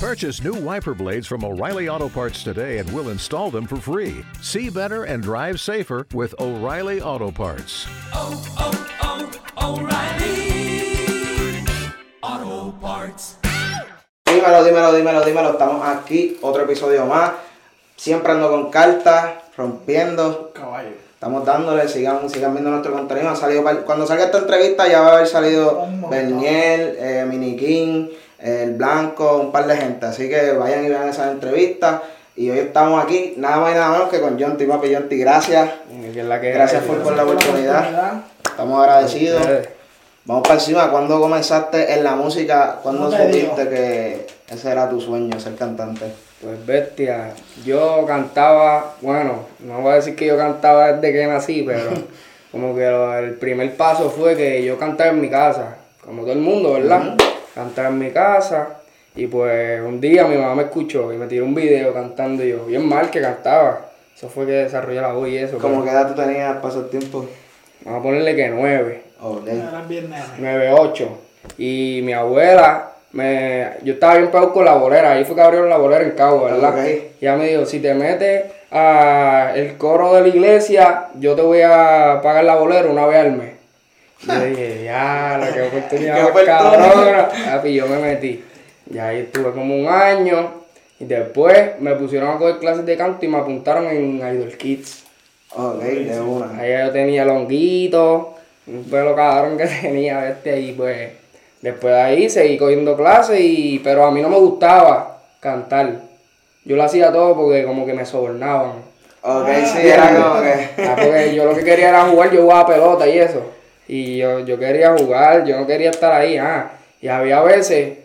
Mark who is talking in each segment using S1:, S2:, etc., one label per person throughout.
S1: Purchase new wiper blades from O'Reilly Auto Parts today and we'll install them for free. See better and drive safer with O'Reilly Auto Parts.
S2: oh, oh, oh, O'Reilly. Auto Parts.
S3: Dímelo, dímelo, dímelo, dímelo. Estamos aquí, otro episodio más. Siempre ando con cartas, rompiendo.
S4: Caballo.
S3: Estamos dándole, sigan, sigan viendo nuestro contenido. Ha salido par- cuando salga esta entrevista ya va a haber salido
S4: Un montón.
S3: Berniel, eh, Miniquín, El Blanco, un par de gente. Así que vayan y vean esas entrevistas. Y hoy estamos aquí, nada más y nada menos que con Yonti, papi Yonti, gracias. Gracias por, por la oportunidad. Estamos agradecidos.
S5: Eh.
S3: Vamos para encima, ¿cuándo comenzaste en la música? ¿Cuándo
S4: No te
S3: supiste
S4: digo.
S3: que ese era tu sueño, ser cantante?
S5: Pues bestia, yo cantaba, bueno, no voy a decir que yo cantaba desde que nací, pero como que lo- el primer paso fue que yo cantaba en mi casa, como todo el mundo, ¿verdad? Cantaba en mi casa y pues un día mi mamá me escuchó y me tiró un video cantando y yo, bien mal que cantaba. Eso fue que desarrollé la voz y eso.
S3: ¿Cómo
S5: pero
S3: que edad tú tenías para ese tiempo?
S5: Vamos a ponerle que nueve.
S3: Ok.
S4: Eran bien nene.
S5: 9-8. Y mi abuela, me, yo estaba bien pegado con la bolera, ahí fue que abrieron la bolera en Cabo, ¿verdad?
S3: Ok.
S5: Y ella me dijo, si te metes a el coro de la iglesia, yo te voy a pagar la bolera una vez al mes. Y Yo dije, ya, la que
S3: Qué
S5: oportunidad más
S3: oportunidad".
S5: cabrona. Papi, yo me metí. Y ahí estuve como un año. Y después me pusieron a coger clases de canto y me apuntaron en Idol Kids.
S3: Ok, de una.
S5: Allá yo tenía longuitos, un pelo cabrón que tenía este y pues después de ahí seguí cogiendo clases y pero a mí no me gustaba cantar. Yo lo hacía todo porque como que me sobornaban.
S3: Ok, sí, era como que.
S5: Ah, Porque yo lo que quería era jugar, yo jugaba pelota y eso. Y yo, yo quería jugar, yo no quería estar ahí. Ah, y había veces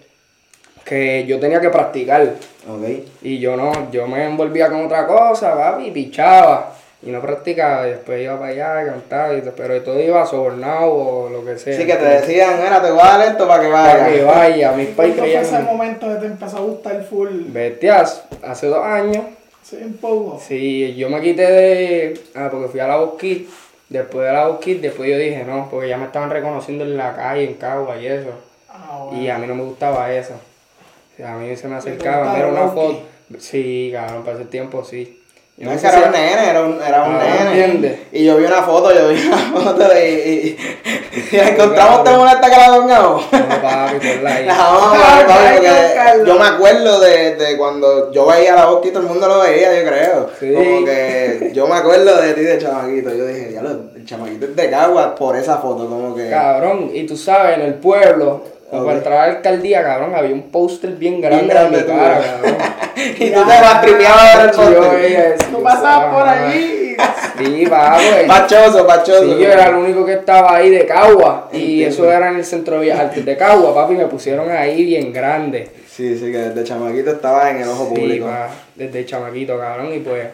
S5: que yo tenía que practicar.
S3: Ok.
S5: Y yo no, yo me envolvía con otra cosa, papi, y pichaba. Y no practicaba, y después iba para allá, y cantaba, y, pero todo iba sobornado o lo que sea.
S3: Sí, que te decían, mira, te voy a dar esto para que
S5: Para que
S3: vayas.
S5: vaya, mis
S4: ¿Cuándo
S5: pais
S4: fue ese
S5: creían.
S4: momento que te empezó a gustar full?
S5: Bestias, hace dos años,
S4: Sí, un poco.
S5: sí, yo me quité de. Ah, porque fui a la Bosquit. Después de la Bosquit, después yo dije no, porque ya me estaban reconociendo en la calle, en Cagua y eso.
S4: Ah, bueno.
S5: Y a mí no me gustaba eso. O sea, a mí se me
S4: gustaba
S5: acercaban, era una
S4: el
S5: foto. Sí, cabrón, para ese tiempo sí. Yo
S3: No es
S5: sé
S3: que
S5: si-
S3: era un nene, era un, era un
S5: Ah,
S3: nene.
S5: ¿entiendes?
S3: Y yo vi una foto, yo vi una foto de. Y, y, y encontramos tan molesta que la pongamos.
S5: No, papi, ponla ahí.
S3: No, papi, papi, porque yo me acuerdo de, de cuando yo veía la boca y todo el mundo lo veía, yo creo.
S5: Sí.
S3: Como que yo me acuerdo de ti de chamaquito. Yo dije, ya lo, el chamaquito es de Caguas por esa foto, como que.
S5: Cabrón, y tú sabes, en el pueblo, o
S3: Ok.
S5: para entrar a la alcaldía, cabrón, había un póster bien grande
S3: Bien grande
S5: en mi
S3: tuyo.
S5: cara, cabrón.
S3: y tú te vas tripeabas ahora el
S5: Yo
S3: poste.
S5: veía eso,
S4: Tú pasabas por
S5: cabrón.
S4: allí
S5: Sí, va, güey.
S3: Pachoso, pachoso.
S5: Sí, yo era el único que estaba ahí de Cagua. Y
S3: Entiendo.
S5: eso era en el centro de Bellas Artes de Cagua, papi. Me pusieron ahí bien grande.
S3: Sí, sí, que desde chamaquito estaba en el ojo
S5: Sí,
S3: público.
S5: pa, desde chamaquito, cabrón. Y pues,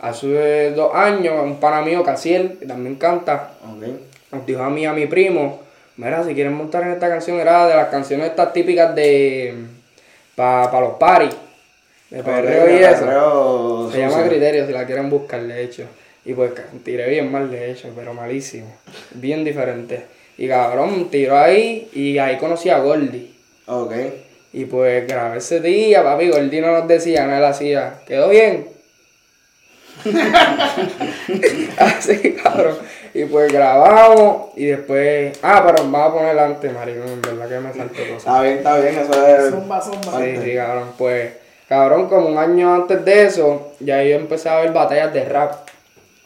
S5: hace dos años, un pana mío, Casiel, que también canta,
S3: Ok.
S5: nos dijo a mí y a mi primo, mira, si quieren montar en esta canción, era de las canciones estas típicas de... para los paris, de perreo y eso.
S3: Perreo
S5: Se llama
S3: sucio.
S5: Criterio, si la quieren buscar, de hecho. Y pues ca- tiré bien mal, de hecho, pero malísimo. Bien diferente. Y cabrón, tiró ahí y ahí conocí a Gordy.
S3: Ok.
S5: Y pues grabé ese día, papi, Gordy no nos decía, no él hacía, quedó bien. Así, cabrón. Y pues grabamos y después. Ah, pero vamos a poner antes, maricón, en verdad que me saltó cosas.
S3: Está bien, está bien, eso es.
S4: Zumba, zumba.
S5: Sí, sí, cabrón. Pues, cabrón, como un año antes de eso, ya yo empecé a ver batallas de rap,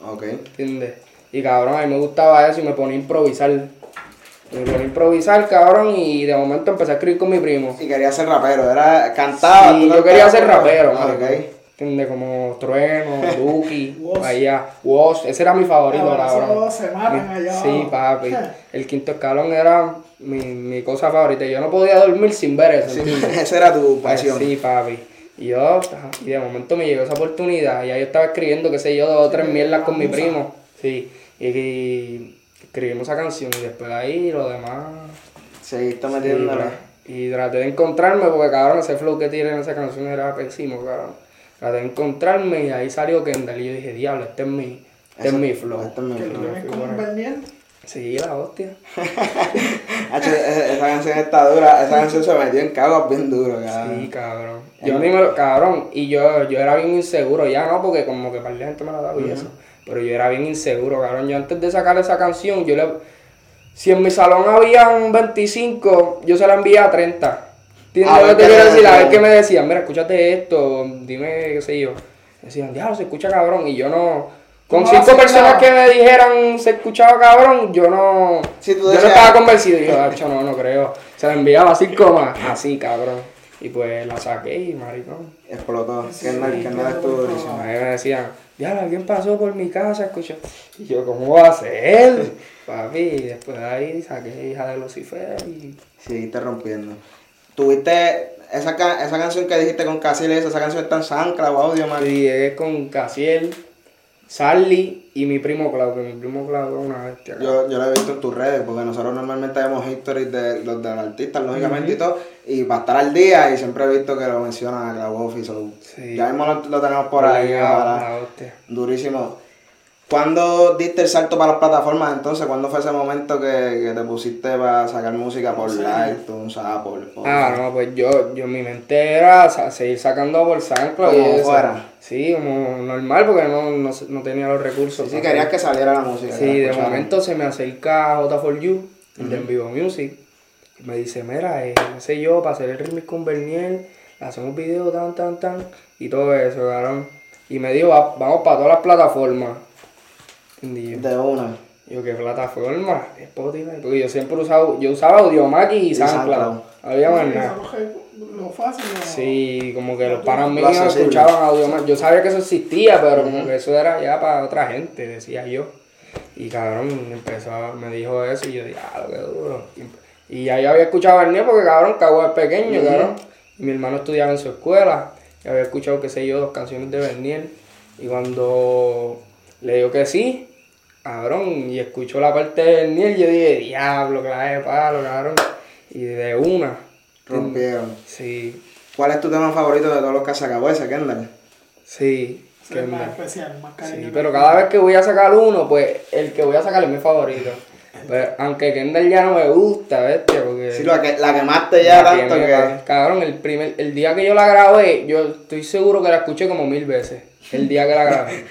S3: Ok.
S5: ¿entiendes? Y cabrón, a mí me gustaba eso y me ponía a improvisar. Me ponía a improvisar, cabrón, y de momento empecé a escribir con mi primo.
S3: Y quería ser rapero, era cantaba.
S5: Sí,
S3: Ah, tú
S5: yo quería
S3: cantabas,
S5: ser rapero,
S3: Ah,
S5: marico.
S3: Ok.
S5: ¿Entiendes? Como Trueno, Duki,
S4: Woz.
S5: allá, Woz, ese era mi favorito,
S4: Ahora esos
S5: cabrón.
S4: dos se matan allá
S5: Sí,
S4: abajo.
S5: papi. El quinto escalón era mi, mi cosa favorita. Yo no podía dormir sin ver eso.
S3: Sí,
S5: ¿entiendes?
S3: esa era tu
S5: Pues
S3: pasión.
S5: sí, papi. Y yo, ajá, y de momento me llegó esa oportunidad. Y ahí yo estaba escribiendo, qué sé yo, dos o tres mierdas con mi primo. Sí. Y, y escribimos esa canción. Y después de ahí lo demás.
S3: Seguiste
S5: Y,
S3: metiéndole.
S5: y traté de encontrarme, porque cabrón, ese flow que tiene en esa canción era pésimo, cabrón. Traté de encontrarme y ahí salió Kendall. Y yo dije, diablo, este es mi, este es mi flow.
S3: Este es mi
S4: Que lo
S3: flow.
S4: tienes como un Bernier.
S5: Sí, la hostia.
S3: Hacho, esa e, esa canción está dura, esa canción se metió en caguas bien duro, cabrón.
S5: Sí, cabrón. Yo ni me lo- cabrón, y yo, yo era bien inseguro, ya no, porque como que para la gente me la daba y eso. Pero yo era bien inseguro, cabrón. Yo antes de sacar esa canción, yo le. Si en mi salón habían 25, yo se la envié a 30. ¿Entiendes
S3: A
S5: lo
S3: ver
S5: que
S3: qué
S5: te quiero
S3: te
S5: decir? A ver
S3: decían.
S5: qué me decían. Mira, escúchate esto, dime, qué sé yo. Decían, diablo, se escucha cabrón. Y yo no. Con
S4: No
S5: cinco
S4: hacías
S5: personas
S4: nada.
S5: que me dijeran se escuchaba cabrón, yo no.
S3: Si tú
S5: yo no
S3: decías-
S5: estaba convencido. Y yo, "Acho, no, no creo. Se la enviaba así comas, así, cabrón. Y pues la saqué y maricón.
S3: Explotó. Kendall, Kendall estuvo durísimo.
S5: A mí me decían, diablo, alguien pasó por mi casa, escucha. Y yo, ¿cómo va a ser? Papi, y después de ahí saqué hija de Lucifer y.
S3: Seguiste rompiendo. Tuviste esa, ca- esa canción que dijiste con Casillas, esa canción está en Sancla o audio, man.
S5: Y llegué con Casiel, Sally y mi primo Clau, que mi primo Clau es una bestia. cabrón.
S3: Yo, yo la he visto en tus redes, porque nosotros normalmente vemos historias de los del artista, lógicamente y todo, y para estar al día, y siempre he visto que lo mencionan a Glavoff y so,
S5: Sí.
S3: Ya mismo lo, lo tenemos por ahí,
S5: Obligado,
S3: ahora.
S5: la hostia.
S3: durísimo. ¿Cuándo diste el salto para las plataformas entonces? ¿Cuándo fue ese momento que, que te pusiste para sacar música por iTunes, Apple? por-
S5: Ah, no, pues yo, yo mi mente era sa- seguir sacando por Sanclo y
S3: Como
S5: eso.
S3: fuera.
S5: Sí, como normal, porque no, no, se- no tenía los recursos.
S3: Sí,
S5: para
S3: querías que saliera la música. que la
S5: Sí, de
S3: escucharan.
S5: momento se me acerca J4U, el de En Vivo Music, y me dice, mira, eh, qué sé yo, para hacer el remix con Bernier, hacemos video tan, tan, tan, y todo eso, cabrón. Y me dijo, "Va- vamos para todas las plataformas. Y yo,
S3: De una.
S5: yo, ¿qué plataforma? Spotify, porque yo siempre usaba, yo usaba Audiomac y SoundCloud.
S3: SoundCloud.
S5: Había más nada.
S4: Lo fácil. ¿no?
S5: Sí, como que los panas míos
S3: accesible.
S5: escuchaban audio más. Yo sabía que eso existía, pero como que eso era ya para otra gente, decía yo. Y cabrón, empezó, a- me dijo eso y yo dije, ah, lo que duro. Y- Y ya yo había escuchado al niño porque cabrón, Cagua es pequeño, cabrón. Y mi hermano estudiaba en su escuela y había escuchado, qué sé yo, dos canciones de Bernier. Y cuando le digo que sí, cabrón, y escuchó la parte de Bernier, yo dije, diablo, clave de palo, cabrón. Y de una,
S3: Rompieron.
S5: sí,
S3: ¿Cuál es tu tema favorito de todos los que has sacado ese, Kendall?
S5: Eh, Sí,
S4: Ese
S5: que
S4: Es más
S5: me-
S4: especial, más
S5: sí,
S4: cariño.
S5: pero cada vez que voy a sacar uno, pues el que voy a sacar es mi favorito. Pero, aunque Kendall ya no me gusta, bestia, porque...
S3: Sí, la, que, la quemaste ya
S5: la
S3: tanto
S5: tiene,
S3: que...
S5: Cabrón, el, primer, el día que yo la grabé, yo estoy seguro que la escuché como mil veces. El día que la grabé.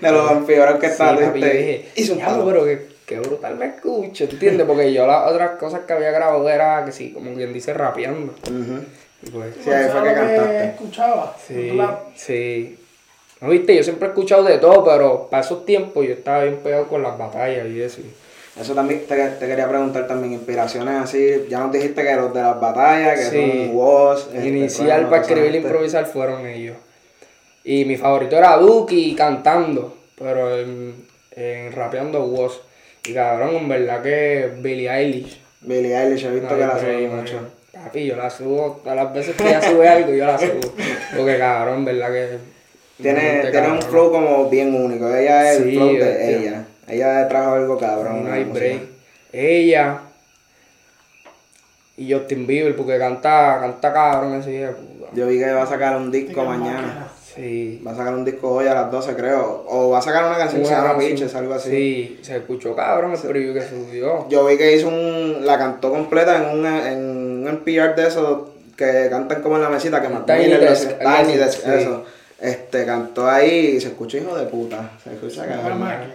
S3: De los empeorados que
S5: Sí,
S3: está.
S5: papi, yo dije,
S3: hizo un
S5: "Diablo,
S3: palo.
S5: pero que, que brutal me escucho, ¿entiendes? Porque yo las otras cosas que había grabado era que sí, como quien dice, rapeando.
S3: Ujú.
S5: Y pues,
S3: Sí, ahí fue que cantaste.
S4: escuchaba.
S5: Sí,
S4: La-
S5: sí. ¿No viste? Yo siempre he escuchado de todo, pero para esos tiempos yo estaba bien pegado con las batallas y eso.
S3: Este, Eso también te, te quería preguntar también, inspiraciones así, ya nos dijiste que los de las batallas, que
S5: Sí.
S3: son voz, este,
S5: Inicial
S3: cuernos, toda
S5: para
S3: esa
S5: escribir e
S3: gente.
S5: improvisar fueron ellos. Y mi favorito era Duki cantando, pero en, en rapeando voz. Y cabrón, en verdad que Billie Eilish.
S3: Billie Eilish, he visto que la
S5: Ay,
S3: sube
S5: pero,
S3: mucho.
S5: Papi, yo la subo, todas las veces que ella sube algo, yo la subo. Porque cabrón, en verdad que.
S3: Tiene,
S5: realmente,
S3: tiene un
S5: cabrón,
S3: flow como bien único, ella es el
S5: Sí,
S3: flow de
S5: bestia.
S3: ella. Ella trajo algo cabrón. a
S5: No
S3: la
S5: hay
S3: música.
S5: break. Ella y Justin Bieber, porque canta, canta cabrón ese día. puta.
S3: Yo vi que va a sacar un disco
S4: Tenga
S3: mañana.
S4: máquina.
S5: Sí.
S3: Va a sacar un disco hoy a las 12, creo. O va a sacar una canción que se
S5: Una
S3: llama
S5: canción.
S3: Piches, algo así.
S5: Sí, se escuchó cabrón el preview que subió.
S3: Yo vi que hizo un. La cantó completa en un, en un NPR de esos que cantan como en la mesita, que
S5: Tiny
S3: Mac Miller lo
S5: Desk,
S3: hace,
S5: algo
S3: Tiny
S5: así,
S3: Desk,
S5: sí.
S3: eso. Este, cantó ahí y se escuchó hijo de puta. Se escucha
S4: Tenga
S3: cabrón.
S4: máquina.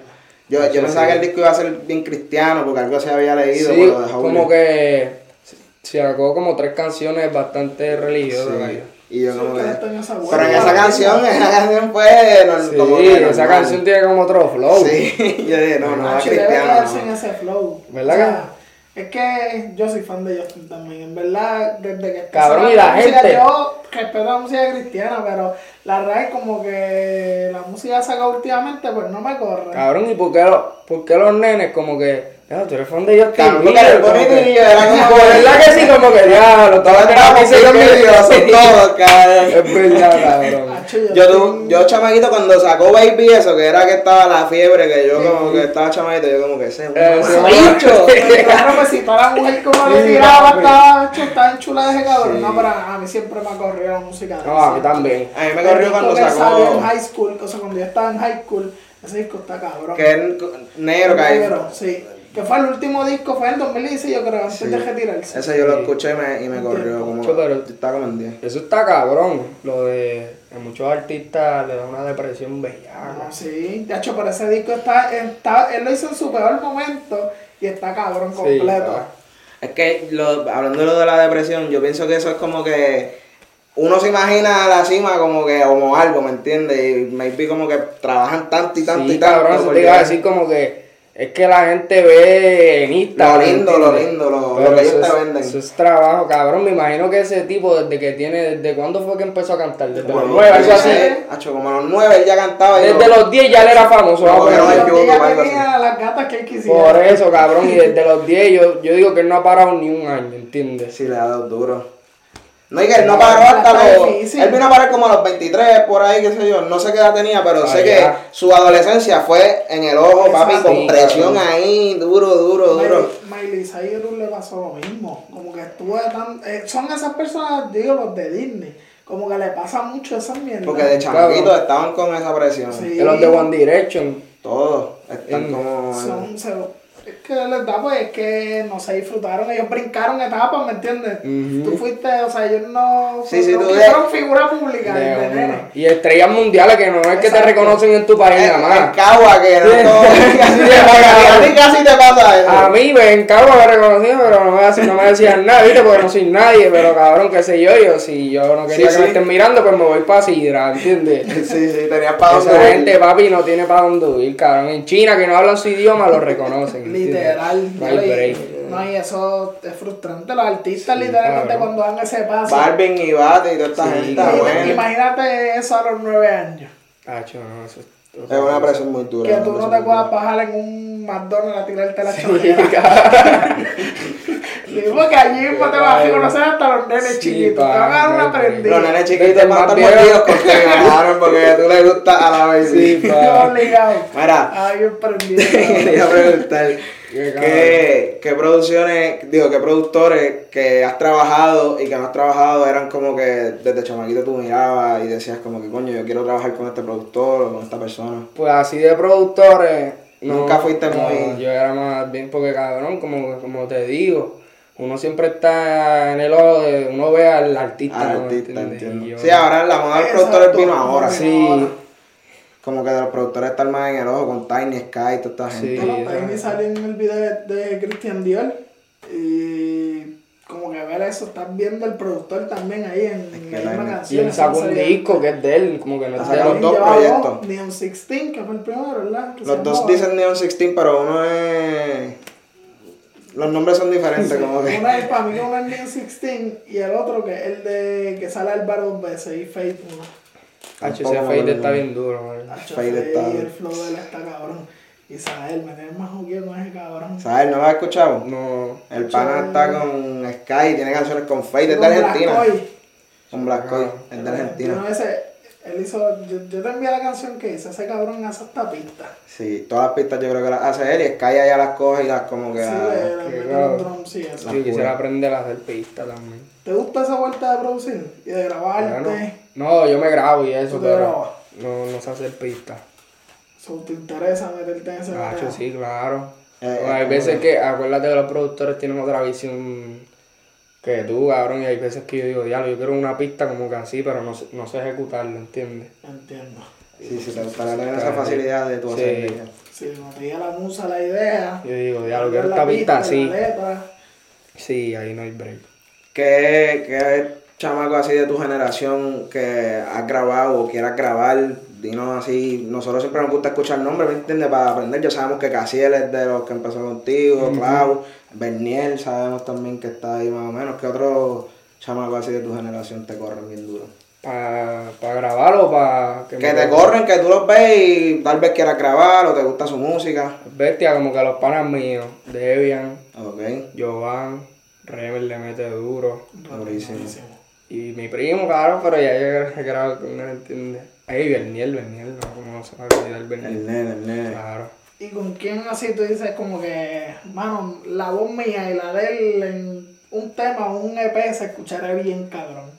S3: Yo, yo pensaba que el disco iba a ser bien cristiano porque algo se había leído.
S5: Sí,
S3: pero lo dejó
S5: como
S3: bien.
S5: que se- se sacó como tres canciones bastante religiosas.
S3: Sí. Y yo
S4: Sí,
S3: como que.
S4: ustedes tenían esa
S3: Pero en
S4: buena
S3: esa
S4: banda.
S3: canción, esa canción fue. no-
S5: Sí,
S3: como que
S5: esa
S3: normal.
S5: canción tiene como otro flow.
S3: Sí, yo dije, no, no,
S4: Ah,
S3: es
S4: Chile debe
S3: cristiano.
S4: quedarse en
S3: no.
S4: ese flow.
S5: ¿Verdad
S4: O sea, Es que yo soy fan de Justin también. En verdad, desde que empezó
S5: Cabrón, y la
S4: música,
S5: gente.
S4: Yo respeto la música cristiana, pero la raíz como que la música sacada últimamente, pues no me corre.
S5: Cabrón, ¿y por qué, lo- por qué los nenes como que... Ya, tú eres fan de Justin
S3: Cabrón,
S5: Bieber",
S3: el
S5: como
S3: bonito
S5: que-
S3: y yo era como.
S5: Pues, ¿Verdad que sí? Como que ya, lo
S3: Todos
S5: estaba
S3: estamos religiosos, todos, cabrón.
S5: Es verdad, cabrón.
S4: Acho,
S3: Yo, tu-
S4: Justin-
S3: yo chamaquito cuando sacó Baby eso, que era que estaba la fiebre, que yo
S5: Sí.
S3: como que estaba chamaquito, yo como que ese
S5: Eh,
S3: es
S5: ese
S3: un
S5: bicho.
S3: bicho.
S4: Claro, pues si toda la mujer como le
S5: Sí,
S4: tiraba,
S5: papi.
S4: estaba, hecho, estaba enchulada de ese cabrón. No, pero a mí siempre me ha corrido la música. de
S5: No, a mí
S4: él,
S5: también.
S3: A mí me corrió
S4: El
S3: cuando
S4: disco que salió en
S3: sacó
S4: high school, o sea, cuando yo estaba en high school, ese disco está cabrón.
S3: que es negro, que hay-
S4: Negro, sí. Que fue el último disco, fue en 2016, yo creo, antes de retirarse.
S3: Ese yo lo escuché y me, y me corrió como.
S5: Yo, pero-
S3: Estaba como en 10.
S5: Eso está cabrón. Lo de. A muchos artistas le da una depresión bellaca.
S4: Ah, sí, de hecho, pero ese disco está, está, él lo hizo en su peor momento y está cabrón
S5: Sí,
S4: completo.
S5: está.
S3: Es que lo- hablando de lo de la depresión, yo pienso que eso es como que uno se imagina a la cima como que como algo, ¿me entiendes? Y maybe como que trabajan tanto y tanto
S5: Sí,
S3: y tanto.
S5: cabrón, eso te
S3: porque-
S5: iba a decir como que es que la gente ve en Instagram.
S3: Lo lindo,
S5: ¿entiendes?
S3: lo lindo, lo-
S5: Pero
S3: lo que ellos
S5: eso
S3: te
S5: es-
S3: venden.
S5: Eso es trabajo, cabrón. Me imagino que ese tipo, desde que tiene, ¿desde cuándo fue que empezó a cantar? Desde
S3: como
S5: los
S3: nueve,
S5: nueve, algo así.
S3: ¿eh? Hacho, como a los nueve él ya cantaba. y
S5: Desde
S3: yo-
S5: los 10 ya él era famoso.
S3: No, pero
S5: ah, bueno.
S3: hay
S4: Pero
S3: yo-
S4: ella
S3: algo
S4: tenía las gatas que él quisiera.
S5: por eso, cabrón. Y desde los 10 yo, yo digo que él no ha parado ni un año, ¿entiendes?
S3: Sí, le ha dado duro. No, y que él no paró
S4: Está
S3: hasta los...
S4: difícil.
S3: Él vino a parar como a los 23, por ahí, qué sé yo. No sé qué edad tenía, pero
S5: Ah,
S3: sé
S5: ya.
S3: que su adolescencia fue en el ojo, papi,
S4: Exacto.
S3: con presión
S5: Sí,
S3: ahí, duro, duro, duro.
S4: Miley- Miley Cyrus le pasó lo mismo. Como que estuvo tan. eh, son esas personas, digo, los de Disney. Como que le pasa mucho esas mierdas.
S3: Porque de chamaquitos estaban con esa presión.
S4: Sí.
S5: Que los de One Direction.
S3: Todos están
S5: Mm.
S3: como.
S4: Son- se- es que les da, pues, es que no se disfrutaron. Ellos brincaron etapas, ¿me entiendes?
S5: Ujú.
S4: Tú fuiste, o sea, ellos no.
S3: Sí, sí,
S4: no
S3: tú
S4: quisieron
S3: ves.
S4: figura pública
S5: de
S4: desde
S5: una.
S4: nene.
S5: Y estrellas mundiales que no es que te
S4: Exacto.
S5: reconocen en tu país
S3: En,
S5: nada
S3: en
S5: más.
S3: Cagua, que no
S5: Sí.
S3: todo-
S5: Sí,
S3: A ti casi te pasa eso.
S5: A mí me encabo me reconocían, pero no me, hacían- no me decían nada, ¿viste? Porque no soy nadie, pero cabrón, qué sé yo, yo si yo no quería
S3: Sí,
S5: que me
S3: sí.
S5: estén mirando, pues me voy para Sidra, ¿entiendes?
S3: Sí, sí, tenías para
S5: Esa
S3: dónde ir.
S5: gente, papi, no tiene para dónde ir, cabrón. En China, que no hablan su idioma, lo reconocen. ¿entiendes?
S4: Literal,
S5: No hay
S4: y-
S5: break.
S4: no, y eso es frustrante. Los artistas, literalmente,
S5: claro.
S4: cuando dan ese paso.
S3: Balvin y Bate y toda esta
S5: Sí,
S3: gente.
S5: está
S4: Ima-
S5: claro.
S3: buena.
S4: Imagínate eso a los nueve años.
S5: Acho, no, eso es
S3: Es una presión muy dura.
S4: Que
S3: una
S4: tú no
S3: presión
S4: te
S3: muy
S4: puedas
S3: dura.
S4: bajar en un McDonald's a tirarte la chorrera.
S5: presión.
S4: Digo que allí mismo te vas a reconocer hasta los nenes
S5: Sí,
S4: chiquitos. Te van a dar
S5: padre,
S4: una
S5: padre.
S4: prendida.
S3: Los nenes chiquitos
S5: Desde
S3: van a estar
S5: más viejos.
S3: mordidos porque ganaron, porque tú le gusta a la vez.
S5: Sí,
S4: Yo
S5: pa.
S4: obligado.
S3: Mira,
S4: Ay, un prendido.
S3: quería preguntar:
S5: Qué
S3: ¿qué, ¿qué producciones, digo, qué productores que has trabajado y que no has trabajado eran como que desde chamaquito tú mirabas y decías, como que coño, yo quiero trabajar con este productor o con esta persona?
S5: Pues así de productores.
S3: Nunca fuiste
S5: no,
S3: muy-
S5: Yo era más bien porque cabrón, como, como te digo, uno siempre está en el ojo de, uno ve al artista.
S3: Al
S5: ¿no?
S3: artista,
S5: ¿Entiendes? Y
S3: entiendo.
S5: yo-
S3: Sí, ahora la moda de los
S4: Exacto.
S3: productores vino ahora.
S4: Sí.
S5: Sí,
S3: Como que de los productores están más en el ojo con Tiny Sky y toda esta gente.
S5: Sí.
S4: Bueno, Ahí me sale en el video de, de Christian Dior. Y como que ver eso, estás viendo el productor también ahí en,
S3: Es
S4: en
S3: que
S4: la misma
S3: la-
S5: y
S4: canción.
S5: él sacó un
S4: Entonces,
S5: disco que es de él, como que no es de
S3: Sacaron
S5: él.
S3: dos
S4: llevaba
S3: proyectos.
S4: dos, Neon 16, que fue el primero, ¿verdad? Que se
S3: Los dos
S4: llamaba.
S3: dicen Neon 16, pero uno es. Los nombres son diferentes, como que.
S4: Una es para mí como el Neon 16 y el otro que es el de que sale Álvaro dos veces y Fade uno.
S5: HC
S3: Tampoco me
S5: Fade está
S3: acuerdo.
S5: bien duro, man.
S4: Hacho,
S3: Fade
S4: Fade
S3: está-
S4: y el flow de él está cabrón. Isael, me tienes más juguete con ese cabrón.
S3: ¿Sabes? ¿No lo has escuchado?
S5: No.
S3: El pana está con Sky, tiene canciones con Fate, es de
S4: Con
S3: Argentina.
S4: Black Boy.
S3: Con Black Coy, es de
S4: Yo
S3: Argentina.
S4: ese- él hizo, yo, yo te envié la canción que hizo, ese cabrón hace esta pista.
S3: Sí, todas las pistas yo creo que las hace él y Sky allá las coge y las como que.
S4: Sí,
S3: las-
S4: le, le
S5: qué
S4: mete
S5: cabrón.
S4: un drum, sí, eso.
S5: Yo quisiera aprender a hacer pista también.
S4: ¿Te gusta esa vuelta de producir? Y de grabarte.
S5: Bueno, no, yo me grabo y eso,
S4: ¿Tú te grabas?
S5: pero no, no sé hacer pista.
S4: So, ¿Te interesa meterte en ese
S5: Nacho,
S4: mercado?
S5: sí, claro.
S3: Eh,
S5: Pero hay
S3: eh,
S5: veces que, acuérdate que los productores tienen otra visión que tú, cabrón, y hay veces que yo digo, diablo, yo quiero una pista como que así, pero no, sé- no sé ejecutarlo, ¿entiendes?
S4: Entiendo.
S3: Sí, sí, te gustaría tener esa facilidad de tu
S5: Sí.
S3: hacer.
S4: Si no te llega la musa, la idea.
S5: Yo digo, diablo,
S4: la
S5: quiero esta pista
S4: pista,
S5: así.
S4: la letra.
S5: Sí, ahí no hay break.
S3: ¿Qué, qué chamaco así de tu generación que has grabado o quieras grabar? Dinos así, nosotros siempre nos gusta escuchar nombres, ¿me entiendes? Para aprender, ya sabemos que Casiel es de los que empezó contigo, Clau, Bernier, sabemos también que está ahí más o menos. ¿Qué otro chamaco así de tu generación te corren bien duro?
S5: ¿Para grabar o para
S3: Que te corren, que tú los ves y tal vez quieras grabar o te gusta su música.
S5: Bestia, como que los panas míos, Debian,
S3: Ok,
S5: Jovan, Rebel le mete duro.
S3: durísimo.
S5: Y mi primo, claro, pero ya yo he grabado con él, ¿entiendes? Ahí, Bernier, Bernier, no, ¿cómo se va a olvidar Bernier?
S3: El nene, el nene.
S5: Claro.
S4: ¿Y con quién así tú dices como que, mano, la voz mía y la de él en un tema o un EP se escuchará bien cabrón?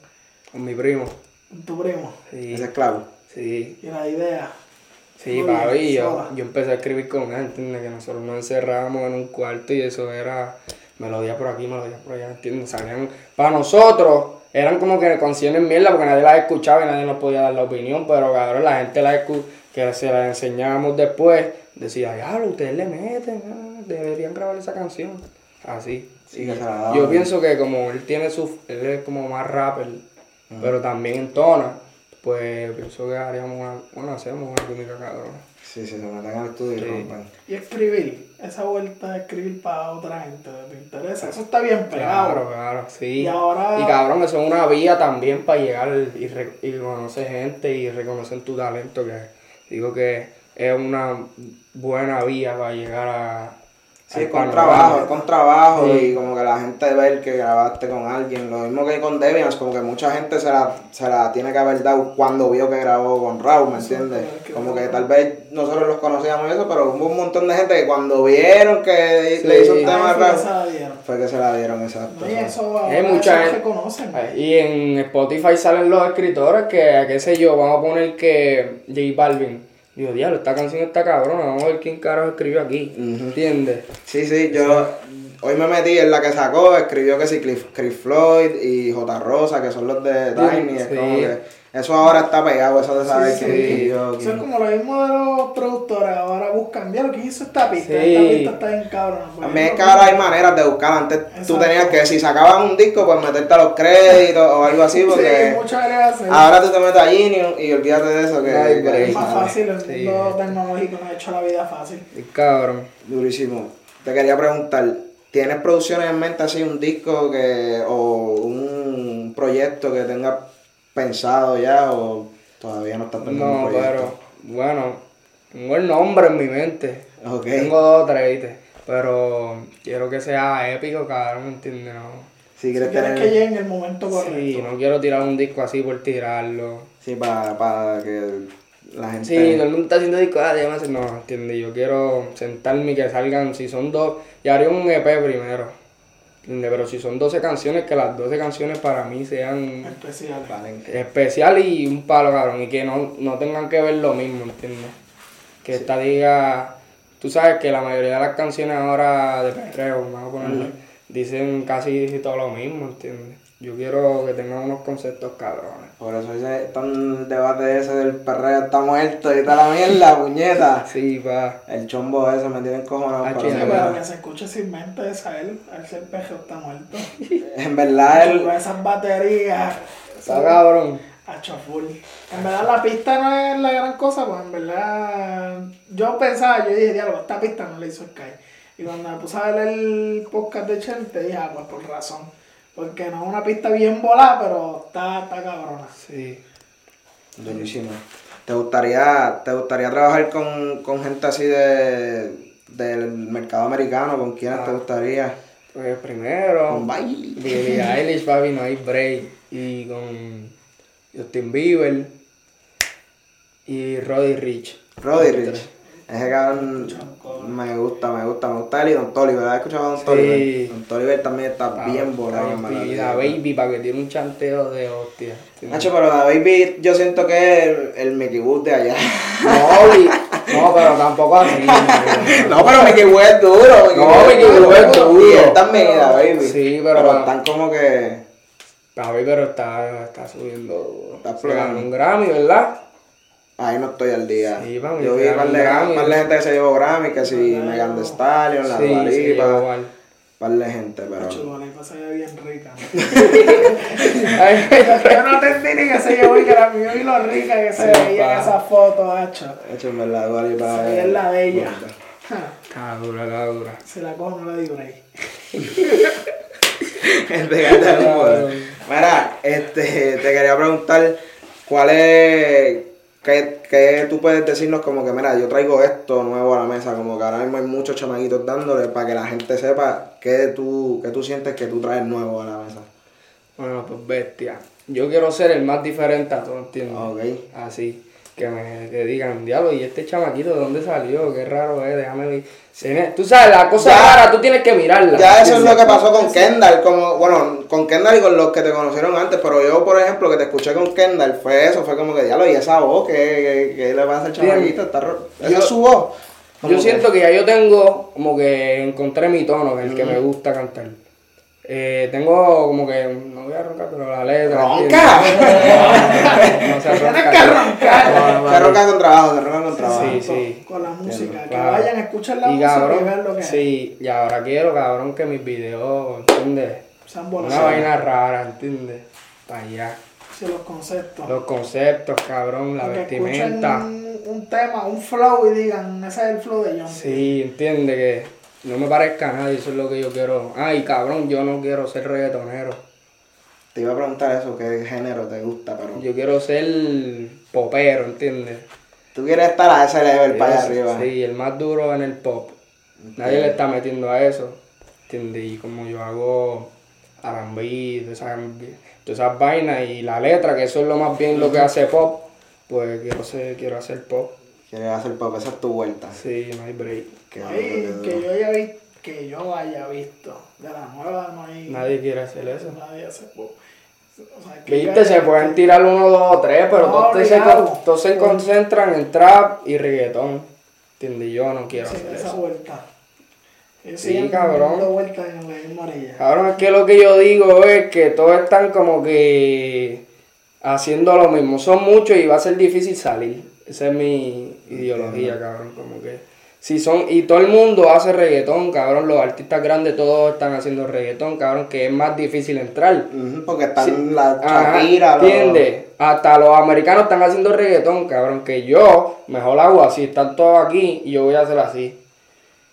S5: Con mi primo.
S4: Con tu primo.
S5: Sí.
S3: Ese es Clau.
S5: Sí.
S4: Y la idea.
S5: Sí,
S4: Muy
S5: papi,
S4: bien,
S5: yo,
S4: sola.
S5: yo empecé a escribir con él, ¿entiendes? Que nosotros nos encerrábamos en un cuarto y eso era melodía por aquí, melodía por allá, ¿entiendes? Salían, para nosotros eran como que canciones mierda porque nadie las escuchaba y nadie nos podía dar la opinión, pero cabrón, la gente las escu- que se las enseñábamos después decía, diablo, ustedes le meten, ah, deberían grabar esa canción. Así.
S3: Sí, que se la daban.
S5: Yo pienso que como él tiene su, él es como más rapper, pero también entona, pues pienso que haríamos una, bueno, hacemos una química cabrona.
S3: Sí, sí, se meten al estudio y rompen.
S4: Y escribir, esa vuelta de escribir para otra gente, ¿te interesa? Eso está bien pegado.
S5: Claro, claro, sí.
S4: Y ahora-
S5: Y cabrón, eso es una vía también para llegar y, re- y conocer gente y reconocer tu talento, que digo que es una buena vía para llegar a...
S3: Sí,
S5: al
S3: es con
S5: panorama.
S3: trabajo, es con trabajo
S5: Sí.
S3: y como que la gente ver que grabaste con alguien. Lo mismo que con Deviants, como que mucha gente se la, se la tiene que haber dado cuando vio que grabó con Raúl, ¿me entiendes?
S4: que
S3: Como
S4: bueno.
S3: que tal vez nosotros los conocíamos y eso, pero hubo un montón de gente que cuando vieron que
S5: Sí.
S3: le hizo un
S5: Ahí
S3: tema a
S4: Ahí fue que se
S3: Raúl,
S4: la dieron.
S3: fue que se la dieron, exacto.
S4: No, y
S3: sí.
S4: eso ahora
S5: Hay mucha
S4: eso
S5: gente-
S4: reconocen.
S5: Y en Spotify salen los escritores que, qué sé yo, vamos a poner que J Balvin. Digo, diablo, esta canción está cabrona, vamos a ver quién carajo escribió aquí. ¿Entiendes?
S3: Sí, sí, yo hoy me metí en la que sacó, escribió que sí, Cliff, Chris Floyd y J. Rosa, que son los de Tiny, es
S5: Sí.
S3: como que eso ahora está pegado, eso de saber
S4: Sí,
S3: quién
S4: sí.
S3: escribió,
S4: Eso
S3: quién-
S4: es como lo mismo de los productores, ahora buscan, mira lo que hizo esta pista, esta
S5: Sí.
S4: pista está bien cabrona. porque
S3: También es
S4: yo
S3: que
S4: no-
S3: ahora hay maneras de buscar. Antes tú
S4: Exacto.
S3: tenías que, si sacaban un disco, pues meterte a los créditos o algo así,
S4: Sí,
S3: porque
S4: muchas gracias.
S3: ahora tú te metes a Genius y olvídate de eso, que
S5: No hay
S3: que
S5: break.
S4: es
S3: ahí
S4: más
S3: sale.
S4: fácil, el
S5: Sí.
S4: mundo tecnológico nos ha hecho la vida fácil.
S5: Y cabrón.
S3: Durísimo. Te quería preguntar, ¿tienes producciones en mente así, un disco que o un proyecto que tengas pensado ya o todavía no estás pensando en
S5: No,
S3: un
S5: pero
S3: proyecto?
S5: bueno, tengo el nombre en mi mente.
S3: Ok.
S5: Tengo dos o tres, ¿viste? Pero quiero que sea épico, cabrón, ¿entiendes? No.
S3: Si quieres
S4: Tienes
S3: tener...
S4: que llegue en el momento correcto.
S5: Sí, no quiero tirar un disco así por tirarlo.
S3: Sí, para, para que la gente...
S5: Sí, todo el mundo está haciendo discos, ah, déjame hacer- No, entiende, yo quiero sentarme y que salgan, si son dos, y haré un EP primero. ¿Entiendes? Pero si son 12 canciones, que las 12 canciones para mí sean
S4: Especiales.
S3: Valen.
S5: especial y un palo, cabrón, y que no, no tengan que ver lo mismo, ¿entiendes? Que esta diga, tú sabes que la mayoría de las canciones ahora de perreo, vamos a ponerle, dicen casi todo lo mismo, ¿entiendes? Yo quiero que tengan unos conceptos cabrones.
S3: Por eso ese, está el debate ese del perreo está muerto y está la mierda, puñeta.
S5: Sí, va.
S3: El chombo ese me tiene encojonado.
S5: Ah,
S3: pero
S5: chino,
S3: en
S4: Sí,
S3: verdad-
S4: pero que se escuche sin mente es a él, al ser peje está muerto.
S3: En verdad,
S4: Con
S3: el,
S4: esas baterías,
S5: Está cabrón.
S4: hacho full. En verdad la pista no es la gran cosa, pues en verdad yo pensaba, yo dije, diablo, esta pista no la hizo Sky. Y cuando me puse a ver el podcast de Chente, dije, ah, pues por razón. Porque no es una pista bien volada, pero está, está cabrona.
S5: Sí.
S3: Durísimo. ¿Te gustaría, ¿Te gustaría trabajar con, con gente así de, del mercado americano? ¿Con quiénes te gustaría?
S5: Pues primero,
S3: Con Bailey.
S5: Billie Eilish, papi, no hay break. Y con Justin Bieber y Roddy Rich.
S3: Roddy Rich. Ese cabrón me gusta, me gusta, me gusta él y Don Toliver. ¿Has escuchado a Don
S5: Sí.
S3: Toliver? Don Toliver también está bien volado. en
S5: Y
S3: verdad.
S5: la Baby, para que tiene un chanteo de hostia.
S3: Nacho, pero la Baby yo siento que es el, el Mickey Wood de allá.
S5: No, y- no, pero tampoco así. no.
S3: No, pero Mickey Wood es duro. Mickey
S5: No,
S3: Wood
S5: Mickey Wood es duro.
S3: Y él también, la Baby.
S5: Sí, pero-
S3: están como que...
S5: Papi, pero está, está subiendo duro.
S3: Está
S5: Se ganó
S3: explotando.
S5: un Grammy, ¿verdad?
S3: Ahí no estoy al día.
S5: Sí, papi,
S3: yo vi
S5: te dan
S3: par
S5: un
S3: de,
S5: Grammy.
S3: par de gente que se llevó Grammy, que si Megan Thee Stallion, la
S5: sí,
S3: Dua
S5: sí,
S3: Lipa,
S5: igual.
S3: par de gente, pero...
S4: Hacho, la pasa bien rica. ¿no?
S5: Ay,
S4: Yo no entendí ni que se llevó y que la mío y lo rica que se veía en
S5: pa.
S4: esa foto, hacho.
S3: De hecho, en verdad, Dua Lipa
S4: Se veía en la de ella. Ja,
S5: Está dura, está dura.
S4: Se la cojo, no la digo ahí.
S3: Gente que está en un modelo. Mira, este, te quería preguntar, ¿cuál es... Qué, qué tú puedes decirnos como que, mira, yo traigo esto nuevo a la mesa? Como que ahora mismo hay muchos chamaguitos dándole para que la gente sepa qué tú, qué tú sientes que tú traes nuevo a la mesa.
S5: Bueno, pues bestia. Yo quiero ser el más diferente a todos, ¿entiendes?
S3: Ok.
S5: Así. que me que digan, diablo, ¿y este chamaquito de dónde salió? Qué raro es, déjame ver. Se me- Tú sabes, la cosa
S3: Ya.
S5: rara tú tienes que mirarla.
S3: Ya eso es lo que pasó con Kendall, como, bueno, con Kendall y con los que te conocieron antes, pero yo, por ejemplo, que te escuché con Kendall, fue eso, fue como que, diablo, y esa voz, que, que, que le pasa al
S5: Bien.
S3: chamaquito, está ro- Esa
S5: Yo-
S3: es su voz. Como
S5: Yo siento que ya yo tengo, como que encontré mi tono, el que me gusta cantar. Eh, tengo como que, no voy a roncar, pero la letra.
S3: ¡Ronca!
S5: ¿entiendes? No se
S4: Tienes que arrancar.
S5: No, no,
S3: Se
S5: no.
S3: roca con trabajo, se roca con trabajo.
S5: Sí, sí.
S4: Con la música. Que
S5: Claro.
S4: vayan a escuchar la
S5: y
S4: música
S5: cabrón,
S4: y vean lo que
S5: Sí, y ahora quiero, cabrón, que mis videos, ¿entiendes?
S4: se han
S5: Una
S4: volado.
S5: vaina rara, ¿entiendes? Para allá.
S4: Sí, los conceptos.
S5: Los conceptos, cabrón, la
S4: Que
S5: vestimenta.
S4: escuchen Un, un tema, un flow y digan, ese es el flow de John.
S5: Sí, entiende que no me parezca a nadie, eso es lo que yo quiero. Ay, cabrón, yo no quiero ser reggaetonero.
S3: Te iba a preguntar eso, qué género te gusta, pero
S5: Yo quiero ser popero, ¿entiendes?
S3: tú quieres estar a ese level para allá
S5: Sí,
S3: arriba.
S5: Sí, el más duro en el pop. Nadie le está metiendo a eso. ¿Entiendes? Y como yo hago arambí, todas esas, todas esas vainas y la letra, que eso es lo más bien lo que hace pop, pues quiero, ser- quiero hacer pop.
S3: Quieres hacer pop, esa es tu vuelta.
S5: Sí, no hay break.
S3: Qué
S4: No
S3: duro,
S4: hay
S3: qué duro.
S4: que yo haya visto, que yo haya visto. De la nueva no hay
S5: Nadie quiere hacer eso.
S4: nadie hace pop. O sea, que-
S5: Viste, se pueden tirar uno, dos o tres, pero
S4: No,
S5: todos, se,
S4: obligado.
S5: con- todos se concentran en trap y reggaetón. ¿Entiendes? Yo no quiero
S4: Sí,
S5: hacer
S4: esa
S5: eso.
S4: vuelta. Ellos
S5: Sí,
S4: siguen
S5: cabrón.
S4: dando vueltas en la misma orilla.
S5: Cabrón, es que lo que yo digo es que todos están como que haciendo lo mismo. Son muchos y va a ser difícil salir. Esa es mi ideología, cabrón. Como que. Si son, y todo el mundo hace reggaetón, cabrón. Los artistas grandes todos están haciendo reggaetón, cabrón, que es más difícil entrar.
S3: Ujú, Porque están
S5: Sí.
S3: la
S5: Ajá,
S3: Shakira, los-
S5: ¿Entiendes? Hasta los americanos están haciendo reggaetón, cabrón. Que yo mejor hago así, están todos aquí y yo voy a hacer así.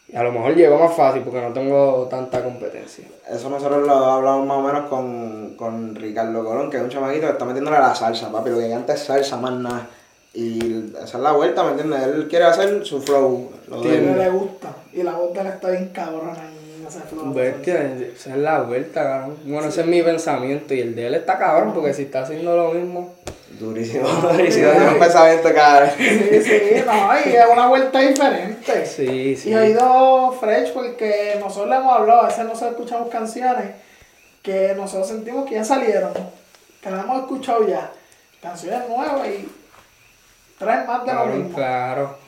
S5: Y a lo mejor llego más fácil porque no tengo tanta competencia.
S3: Eso nosotros lo hablamos más o menos con, con Ricardo Colón, que es un chamaquito que está metiéndole a la salsa, papi. Lo que canta es salsa, más nada. Y esa es la vuelta, ¿me entiendes? Él quiere hacer su flow. Lo de él.
S4: no le gusta. Y la voz de él está bien cabrona en ese flow.
S5: Bestia, esa es la vuelta, cabrón. Bueno, ese es mi pensamiento y el de él está cabrón porque si está haciendo lo mismo.
S3: Durísimo, durísimo. Es un pensamiento, cabrón.
S4: Sí, sí, no, y es una vuelta diferente.
S5: Sí, sí.
S4: Y he ido fresh porque nosotros le hemos hablado, a veces nosotros escuchamos canciones que nosotros sentimos que ya salieron, que las hemos escuchado ya, canciones nuevas y traen más de lo
S5: Cabrón,
S4: mismo.
S5: claro.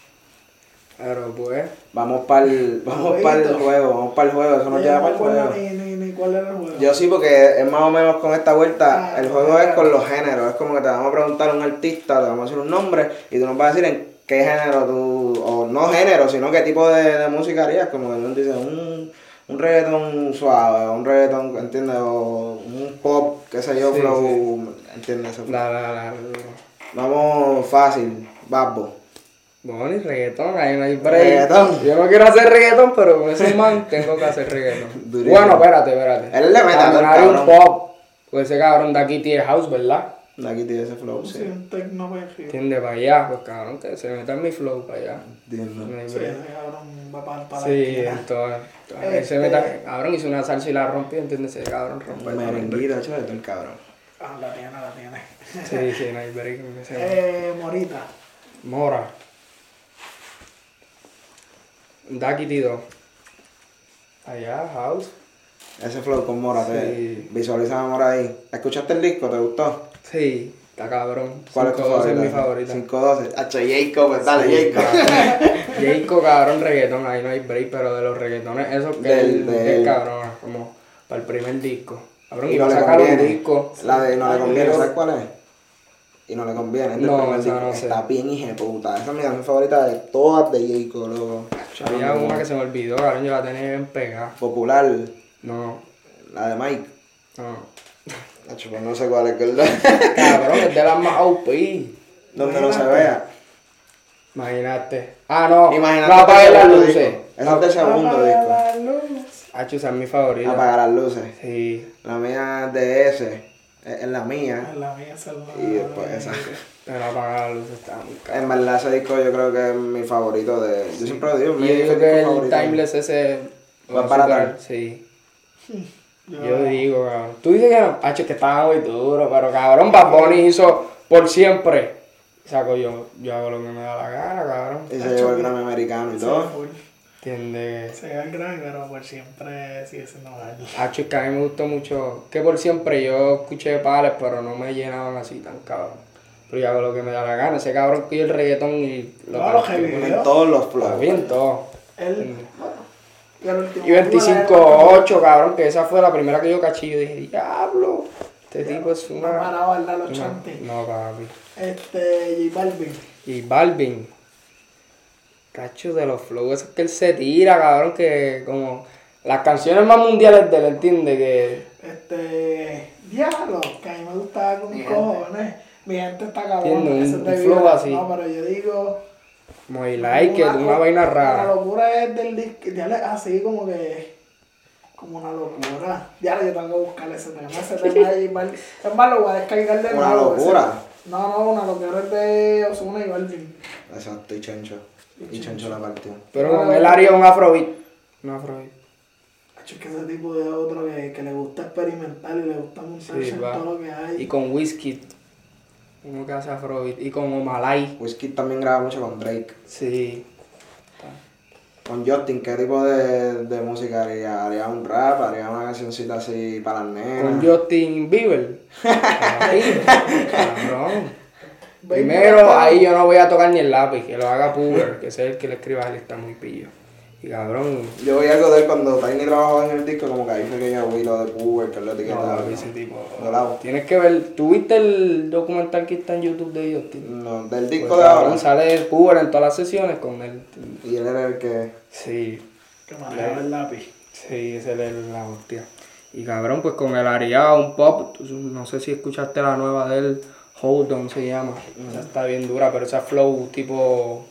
S5: Pero pues,
S3: Vamos para el vamos
S4: Jueguito.
S3: para el juego, vamos para el juego. Eso nos
S4: Ya
S3: lleva
S4: no
S3: para el
S4: recuerdo
S3: juego.
S4: ni, ni, ni cuál era el juego.
S3: Yo sí, porque es más o menos con esta vuelta,
S4: Ah,
S3: el
S4: los
S3: juego es
S4: géneros.
S3: con los géneros, es como que te vamos a preguntar a un artista, te vamos a decir un nombre y tú nos vas a decir en qué género tú, o no género, sino qué tipo de, de música harías, como que tú dices un, un reggaeton suave, un reggaeton, ¿entiendes? O un pop, qué sé yo,
S5: Sí,
S3: flow, ¿entiendes? Eso.
S5: la, la, la. la-
S3: Vamos fácil, babbo.
S5: Bueno, y reggaetón, ahí no hay break.
S3: Reggaetón.
S5: Yo no quiero hacer reggaetón, pero con ese man tengo que hacer reggaetón.
S3: Durísimo.
S5: Bueno, espérate, espérate.
S3: Él le mete a todo el
S5: Caminar un
S3: cabrón.
S5: pop. Pues ese cabrón de aquí tiene house, ¿verdad?
S3: Aquí tiene ese flow,
S4: Sí,
S3: sí.
S4: un techno perreo.
S5: Tiende para allá, pues cabrón, que se meta en mi flow para allá.
S3: Entiendo.
S5: No hay
S4: Sí,
S5: break.
S4: ese cabrón va para, para la
S5: Sí,
S4: esquina.
S5: entonces, ahí se
S4: Este-
S5: meta, cabrón, hizo una salsa y la rompió, ¿entiendes? Ese cabrón rompe.
S3: Un merenguito, Pues, chaval, el cabrón.
S4: Ah, la tiene, la tiene.
S5: Sí, sí, no hay break en ese man.
S4: Eh, Morita.
S5: Mora. Ducky Tido. Allá, House.
S3: Ese flow con Mora, te
S5: Sí.
S3: visualiza a Mora ahí. ¿Escuchaste el disco? ¿Te gustó?
S5: Sí, está cabrón.
S3: ¿Cuál es tu
S5: 512
S3: favorita? Ah,
S5: mi favorita.
S3: 512. Hacho, Jacob, pues, dale,
S5: Sí,
S3: Jacob.
S5: cabrón. Jayco, cabrón, reggaetón, ahí no hay break, pero de los reggaetones, esos que
S3: Del-
S5: él-
S3: del-
S5: él, cabrón, como para el primer disco. Cabrón,
S3: Y
S5: y
S3: no
S5: va a
S3: le
S5: sacar un
S3: conviene.
S5: disco.
S3: La de no le
S5: Ay,
S3: conviene,
S5: Dios.
S3: ¿sabes cuál es? Y no le conviene. es del
S5: No,
S3: primer
S5: no,
S3: disco.
S5: no sé.
S3: Está bien, hija de puta. Esa es mi canción favorita de todas de Jacob, loco.
S5: Había una que se me olvidó, cabrón, yo la tenía bien pegada.
S3: Popular,
S5: No,
S3: la de Mike.
S5: no.
S3: Hacho, pues no sé cuál es, ¿verdad?
S5: Cabrón, es de las más OP.
S3: Donde no se
S4: Imagínate.
S3: vea.
S5: Imagínate. Ah, pues. no.
S3: Imagínate.
S5: No apagues las
S3: segundo
S5: luces.
S3: disco. Ese es del segundo
S4: Apaga
S3: disco.
S4: Ah, la luz.
S5: Ah, chusa, es mi favorita.
S3: Apagar las luces.
S5: Sí.
S3: La mía es de ese. Es es la mía.
S4: La mía se la-
S3: Y después esa.
S5: Pero apagar las luces está muy caro.
S3: En verdad ese disco yo creo que es mi favorito de... Yo siempre lo digo, mi
S5: Y yo
S3: disco
S5: digo que el
S3: favorito.
S5: timeless ese.
S3: Va
S5: a
S3: para
S5: superar.
S3: atrás.
S5: Sí.
S4: Yo-
S5: Yo digo, cabrón. Tú dices que no. Ah, chus, que estaba muy duro, pero cabrón, Bad Bunny hizo por siempre. Saco yo, yo hago lo que me da la gana, cabrón.
S3: Y se llevó el Grammy americano y todo.
S5: ¿Entiendes?
S4: Se ve el gran, pero pues siempre sigue siendo algo.
S5: Hacho, es que Ah, a mí me gustó mucho. Que por siempre yo escuché pales, pero no me llenaban así tan cabrón. Pero yo hago lo que me da la gana. Ese cabrón pidió el reggaetón y lo
S4: No, lo
S5: partió
S4: heavy.
S5: con
S3: En todos los
S5: el-
S3: flows.
S5: bien todo.
S4: Él, bueno. Y el último
S5: Y
S4: álbum de él,
S5: 25-8, cabrón, que esa fue la primera que yo caché. Yo dije, diablo, este tipo es
S4: No
S5: una.
S4: paraba el de los
S5: no,
S4: chantes.
S5: no, papi.
S4: Este, J Balvin.
S5: Y Balvin. Cacho de los flows, esos que él se tira, cabrón, que como. Las canciones más mundiales de él, ¿entiendes? Que.
S4: Este, Diablo, que a mí me gustaba con mis cojones. Mi gente está cabrón.
S5: Tiene un-
S4: eso es de
S5: un flow
S4: vibra.
S5: así.
S4: No, pero yo digo.
S5: Muy like, que es una
S4: co-
S5: vaina
S4: La
S5: rara.
S4: locura es del disco. Ya le- así como que. Como una locura. Ya yo tengo que buscar ese tema. Ese tema ahí, mal. Es más, lo voy a descargar de
S3: Una
S4: nuevo, ese-
S3: locura.
S4: No, no, una locura es de Osuna y Balvin.
S3: Exacto, y Chencho. Y Chencho la partió.
S5: Pero
S4: Ah,
S5: con él haría un afrobeat. Un afrobeat.
S4: Cacho, es que ese tipo de otro que, que le gusta experimentar y le gusta montarse
S5: Sí,
S4: en
S5: va.
S4: todo lo que hay.
S5: Y con Whiskey. Uno que hace afrobeat. Y con Omalai.
S3: Whiskey también graba mucho con Drake.
S5: Sí.
S3: Con Justin, ¿qué tipo de, de música haría? ¿Haría un rap? ¿Haría una cancioncita así para las
S5: Con
S4: Ah.
S3: nenas?
S5: Justin Bieber. Ahí, cabrón.
S4: Ve y
S5: Primero,
S4: prueba.
S5: ahí yo no voy a tocar ni el lápiz, que lo haga Puber, que sea el que le escriba, él está muy pillo. Y cabrón,
S3: Yo vi algo de él cuando Tiny trabajaba en el disco, como que ahí fue que yo vi lo de Puber, que es la
S5: no,
S3: etiqueta.
S5: papi, ese tipo.
S3: Dorado.
S5: Tienes que ver, ¿tú viste el documental que está en YouTube de Justin?
S3: No, del
S5: Pues,
S3: disco de
S5: cabrón,
S3: ahora.
S5: sale Puber en todas las sesiones con él.
S3: Y él era el que...
S5: Sí,
S4: Que manejaba el lápiz.
S5: sí, ese es la hostia. Y cabrón, pues con el Ariá, un pop, tú- no sé si escuchaste la nueva de él, Hold On se llama. Esa está bien dura, pero esa flow tipo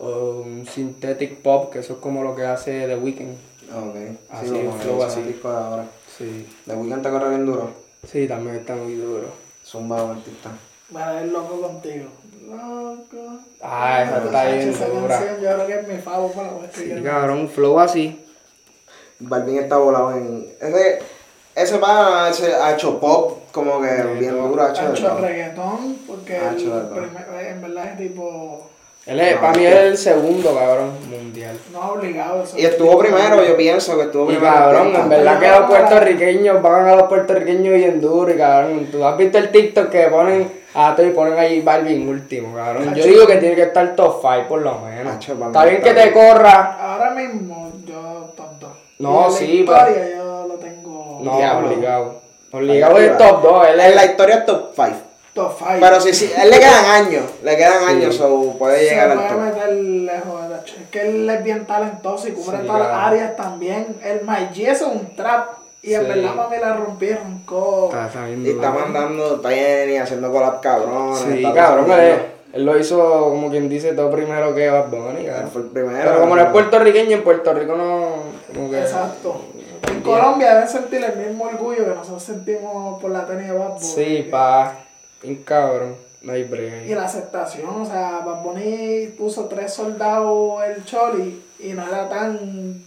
S5: un synthetic pop, que eso es como lo que hace The Weeknd.
S3: Ok.
S5: Así,
S3: sí, como
S5: flow
S3: que hizo
S5: así.
S3: el disco de ahora.
S5: Sí,
S3: De Weeknd te corre bien duro.
S5: sí, también está muy duro.
S3: Zumba, un artista.
S4: Mira, es loco contigo. Loco.
S5: Ah, esa
S4: Pero,
S5: está
S4: Sacho,
S5: bien
S4: pues, esa
S5: dura.
S4: canción Yo creo que es mi favor para la
S5: Sí,
S4: cuestión.
S5: cabrón, flow así.
S3: Balvin está volado en... Ese, ese pana ese ha hecho pop, como que bien duro, ha hecho
S4: Ha
S3: de
S4: hecho
S3: todo.
S4: reggaetón porque
S3: Ha hecho
S4: el
S3: de todo.
S4: primer- en verdad es tipo
S5: Él es,
S3: No,
S5: para mí
S3: es
S5: es
S3: que-
S5: el segundo, cabrón, mundial.
S4: no obligado. eso
S3: Y
S4: es
S3: estuvo
S4: tipo-
S3: primero, yo pienso que estuvo
S5: Y
S3: primero.
S5: cabrón,
S3: Tenta.
S5: en verdad que los puertorriqueños van a los puertorriqueños bien duro y cabrón. Tú has visto el TikTok que ponen a todo y ponen ahí Balvin último, cabrón. Yo digo que tiene que estar top 5 por lo menos.
S3: Hacho, Balvin
S5: Está bien
S3: está
S5: que te
S3: bien.
S5: corra.
S4: Ahora mismo yo tonto.
S5: No,
S4: Y la
S5: sí,
S4: historia yo lo tengo
S5: No,
S3: Diablo.
S5: obligado. Obligado es top 2. Él
S3: En
S5: es
S3: la historia es top 5.
S4: top five.
S3: Pero sí, sí, a él le quedan años, le quedan años, o puede
S4: se
S3: llegar al
S4: puede
S3: top.
S4: meter lejos. Nacho. Es que él es bien talentoso y cubre
S5: Sí,
S4: todas las
S5: claro.
S4: áreas también. El My Yes es un trap. Y en
S5: Sí.
S4: verdad para mí la rompí, roncó.
S5: Está- está bien
S3: Y está
S5: duro.
S3: mandando, está bien, y haciendo collab cabrones.
S5: Sí,
S3: está
S5: cabrón,
S3: pasando.
S5: él, es- él lo hizo como quien dice todo primero que Bad Bunny,
S3: Él
S5: cabrón.
S3: fue el primero.
S5: Pero como no es puertorriqueño, en Puerto Rico no. Como que.
S4: Exacto. En Colombia deben sentir el mismo orgullo que nosotros sentimos por la tenis de Bad Bunny.
S5: Sí,
S4: que-
S5: pa. Un cabrón. No hay brega
S4: Y
S5: ahí.
S4: la aceptación, o sea, Bad Bunny puso tres soldados el Choli y no era tan...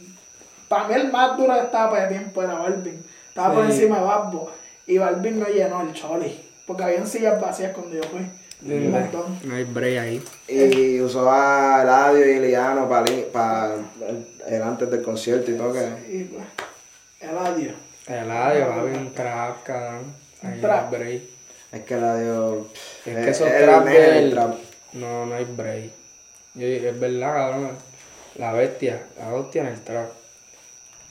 S4: Para mí el más duro que estaba pues, para el tiempo era Balvin. Estaba por
S5: Sí.
S4: encima de Babbo y Balvin no llenó el Choli. Porque habían sillas vacías cuando yo fui. Un montón.
S5: No hay brega ahí.
S3: Y usó a Eladio Eh, y Eliano para para el antes del concierto y todo que.
S4: Y pues, el adiós.
S5: El adiós, papi, un trap, cabrón.
S4: Un
S5: Ahí no hay
S4: trap.
S5: break.
S3: Es que Eladio.
S5: Es
S3: eh,
S5: que esos
S3: él
S5: traps
S3: es el
S5: de él-
S3: trap.
S5: No, no hay break. Yo- es verdad, cabrón. La bestia. La hostia en el trap.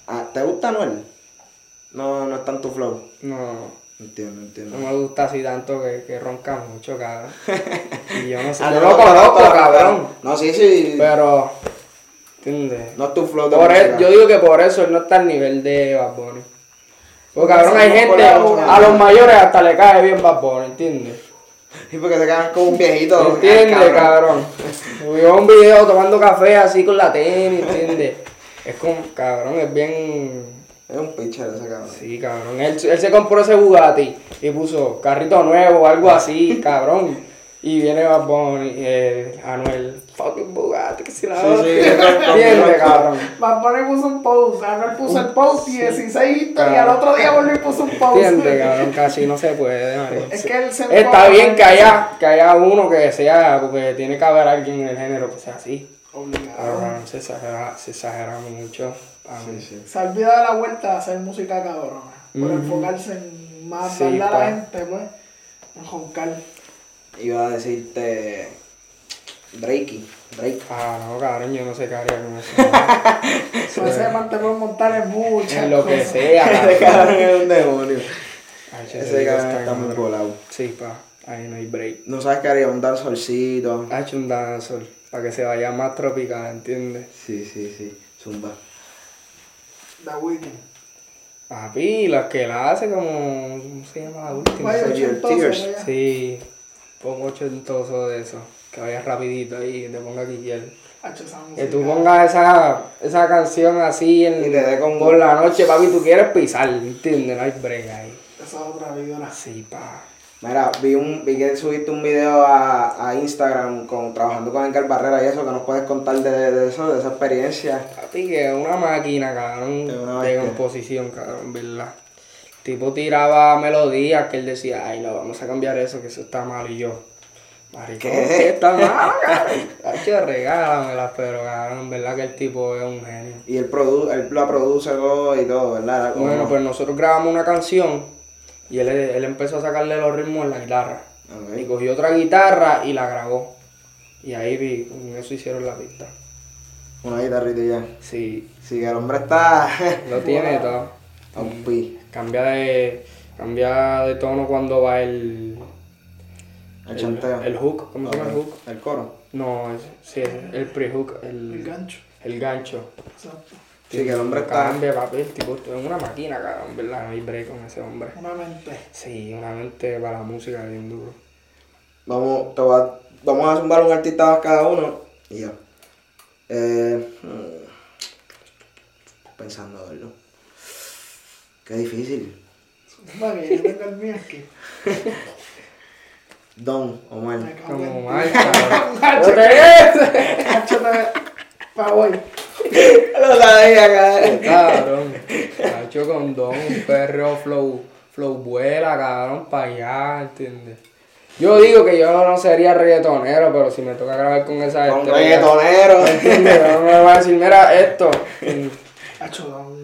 S3: Ah, ¿Te gusta Noel? No, no es tanto flow.
S5: No.
S3: Entiendo, entiendo.
S5: No me gusta así tanto que, que ronca mucho, cabrón. Y yo no sé.
S3: Ah,
S5: Yo
S3: no, no,
S5: lo
S3: no,
S5: conozco,
S3: pero-
S5: cabrón.
S3: No, sí, sí.
S5: Pero, ¿entiendes?
S3: No es tu flow de
S5: Por
S3: música.
S5: e- yo digo que por eso él no está al nivel de Bad Bunny. Porque cabrón,
S3: Eso
S5: hay
S3: no
S5: gente,
S3: por eso,
S5: a los mayores hasta le cae bien Bad Bunny, ¿entiendes?
S3: Sí, porque te quedas como un viejito.
S5: ¿Entiendes,
S3: cabrón.
S5: cabrón? Subió un video tomando café así con la tenis, ¿entiendes? Es como, cabrón, es bien...
S3: Es un pitcher ese cabrón.
S5: Sí, cabrón. Él, él se compró ese Bugatti y puso carrito nuevo o algo así, cabrón. Y viene Bad Bunny, eh, Anuel, fucking Bugatti, que si la
S3: Sí,
S5: otra.
S3: sí, correcto,
S5: Entiende,
S3: correcto.
S5: cabrón.
S4: Bad Bunny puso un post, Anuel puso el post, 16 historias, y al otro día volvió y puso un post.
S5: Entiende, cabrón, casi no se puede, María.
S4: Es que él se
S5: Está bien que haya, que haya uno que sea, porque tiene que haber alguien en el género que sea así.
S4: Obligado.
S5: Cabrón, se exagera, se exagera mucho. para mí.
S4: Se ha olvidado de la vuelta de hacer música cabrona. Por enfocarse en más
S5: Sí,
S4: darle a
S5: pa.
S4: la gente, pues. En joncar.
S3: Iba a decirte. Drakey. Drake.
S5: Ah, no, cabrón, yo no sé qué haría con eso.
S4: Por ese man te puede montar en muchas
S5: en lo que
S4: cosas.
S5: sea. cabrón.
S3: cabrón es un demonio.
S5: Ay, ese
S3: Ese
S5: tipo
S3: cabrón
S5: está
S3: está muy
S5: cabrón.
S3: volado.
S5: Sí, pa, ahí no hay break.
S3: No sabes qué haría, un danzorcito.
S5: Ha hecho un danzor para que se vaya más tropical, ¿entiendes?
S3: Sí, sí, sí. Zumba.
S4: The Weeknd.
S5: Papi, la que la hace como. ¿Cómo se llama la última?
S4: Vaya,
S3: Your
S4: ochentoso,
S3: Tears.
S4: vaya.
S5: Sí, poco ochentoso de eso. Que vaya rapidito ahí, que te ponga Guillermo.
S4: Hacho, esa música.
S5: Que tú pongas esa, esa canción así en,
S3: Y te dé con-
S5: por la noche, papi, tú quieres pisar, ¿entiendes? No hay break ahí.
S4: Esa es otra vibra.
S5: Sí, pa.
S3: Mira, vi, un, vi que subiste un video a, a Instagram con, trabajando con Edgar Barrera y eso, que nos puedes contar de, de eso, de esa experiencia.
S5: Papi, que es una máquina, cabrón,
S3: Es una
S5: de
S3: bestia.
S5: composición, cabrón, ¿verdad? El tipo tiraba melodías que él decía, ay, no, vamos a cambiar eso, que eso está mal, y yo, maricón, ¿qué está mal, cabrón? Hacho, regálamela, pero, cabrón, ¿verdad? Que el tipo es un genio.
S3: Y él, produ, él la produce todo y todo, ¿verdad? Era como-
S5: Bueno, pues nosotros grabamos una canción y él, él empezó a sacarle los ritmos en la guitarra.
S3: Ok.
S5: Y cogió otra guitarra y la grabó. Y ahí vi, con eso hicieron la pista.
S3: Una guitarrita y ya.
S5: Sí,
S3: Sí, que el hombre está
S5: lo tiene todo.
S3: a un pi.
S5: Cambia de, cambia de tono cuando va el,
S3: El chanteo.
S5: el hook. ¿Cómo se llama el
S3: Ok.
S5: hook?
S3: El coro.
S5: No, es- sí, es el pre-hook,
S4: El
S5: el,
S4: gancho.
S5: el gancho.
S4: Exacto.
S3: Sí, que el hombre está.
S5: Cambia, papi, el tipo es una máquina, cabrón, ¿verdad? No hay break con ese hombre.
S4: Una mente.
S5: Sí, una mente para la música bien duro.
S3: Vamos, te voy a, vamos a zumbar un artista más cada uno y ya. Eh, hmm, pensando verlo. Qué difícil.
S4: Vale, yo tengo el mío aquí.
S3: Don Omar.
S4: Me cago
S5: Como
S4: en
S5: mal,
S4: Hacho,
S5: cabrón.
S4: Hacho, te- pa' voy.
S3: Lo sabía, cabrón.
S5: Cabrón. Cacho con don, un perro flow, flow vuela, cabrón, para allá, ¿entiendes? Yo digo que yo no sería reggaetonero, pero si me toca grabar con esa
S3: Un
S5: estrella,
S3: reggaetonero.
S5: ¿entiendes? No me va a decir, mira esto.
S4: Hacho, don.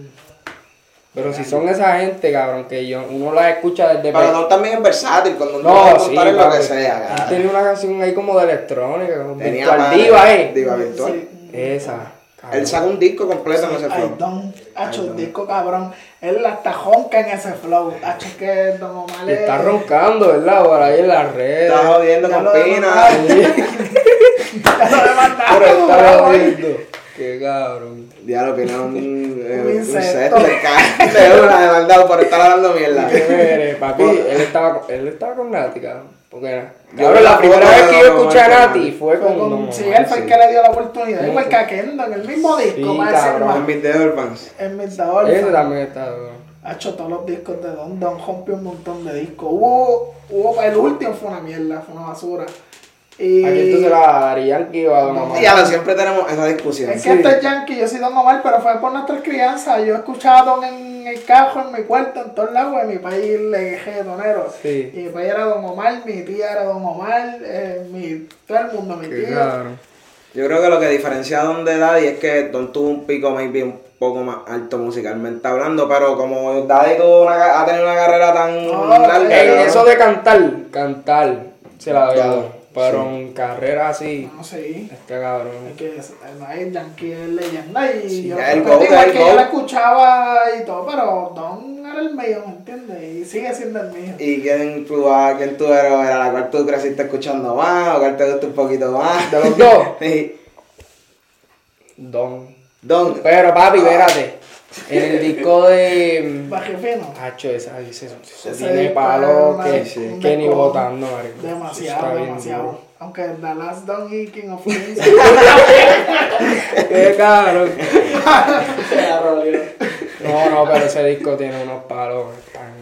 S5: Pero si son esa gente, cabrón, que yo, uno la escucha desde
S3: Pero
S5: pe-
S3: Don también es versátil, cuando uno
S5: No,
S3: puede
S5: sí,
S3: contar en lo que
S5: papi.
S3: sea,
S5: Él
S3: cabrón.
S5: Tenía una canción ahí como de electrónica, como
S3: Tenía
S5: virtual
S3: madre,
S5: diva, eh.
S3: Diva virtual.
S5: Esa.
S3: Él sacó un disco completo en ese
S4: Ay,
S3: flow.
S4: Don, hacho, el disco cabrón. Él hasta jonca en ese flow. Hacho, es que Don Omar
S5: Que
S4: es-
S5: está roncando, ¿verdad? Por ahí en las redes.
S3: Está jodiendo
S4: Ya
S3: con
S4: lo
S3: Pina.
S4: demás. Ya lo levantaron,
S5: Pero está
S4: bravo, ahí.
S5: jodiendo. Qué cabrón.
S3: Diablo, Pina es un, eh, un
S4: insecto.
S3: insecto. cabrón. De una demandado por estar hablando mierda.
S5: Qué mere, papi, él estaba, con- él estaba con Nati, cabrón. Porque era.
S3: Yo
S5: Cabrón,
S3: vi
S5: la
S3: la
S5: primera
S3: foto
S5: vez
S3: de
S5: que yo
S3: Don
S5: escuché a
S3: Omar,
S5: Nati
S3: cabrón.
S5: fue
S4: Fue
S5: con
S4: con-
S5: Don
S4: sí,
S5: Omar,
S4: él fue el
S5: sí.
S4: que le dio la oportunidad. Igual
S5: Sí,
S4: que a Kendo, en el mismo disco,
S5: Sí,
S4: va a decir
S5: cabrón.
S3: Los
S4: más.
S3: Beat de Urbans.
S4: En Mildador.
S5: Ese también está duro.
S4: Hacho, todos los discos de Don. Don rompió un montón de discos. Hubo, hubo, el último fue una mierda, fue una basura. Y...
S5: Aquí entonces la harían que iba a Don Omar.
S3: Diablo, siempre tenemos esa discusión.
S4: Es que esto es yankee, yo soy Don Omar, pero fue por nuestras crianzas. Yo escuchaba a Don en el cajo, en mi cuarto, en todos lados, en mi país le dije donero.
S5: Sí.
S4: Y mi país era Don Omar, mi tía era Don Omar, eh, mi, todo el mundo, mi
S5: Qué
S4: tío.
S5: cabrón.
S3: Yo creo que lo que diferencia a Don de Daddy es que Don tuvo un pico maybe un poco más alto musicalmente hablando, pero como Daddy tuvo una, ca- ha tenido una carrera tan
S4: No,
S3: larga,
S4: eh,
S5: Ey,
S3: cabrón.
S5: Oh, eso de cantar, cantar, se la
S3: Ya,
S5: veo. Pero en carrera así,
S4: No sé.
S5: este cabrón.
S4: Es que es- no hay yankee es leyenda y yo
S3: es el
S4: respeto
S3: GOAT,
S4: igual
S3: es el
S4: que yo la
S3: GOAT.
S4: escuchaba y todo, pero Don era el mío, ¿me entiendes? Y sigue siendo el mío.
S3: ¿Y quién tú, ah, quién tú eras? ¿Era la cual tú creciste escuchando más o cuál te gusta un poquito más?
S5: De los dos,
S3: Sí.
S5: Don.
S3: Don,
S5: Pero papi, espérate. En el disco de. mm,
S4: Baje fino.
S5: Hacho, esa dice.
S4: Ese
S5: Tiene
S4: disco
S5: palo
S4: era
S5: que,
S4: una- un
S5: que ni
S4: disco
S5: votando, marico. Eso
S4: Demasiado,
S5: está bien
S4: demasiado.
S5: duro.
S4: Aunque The Last Don y King of Kings.
S5: Qué Este cabrón. no, no, pero ese disco tiene unos palos que están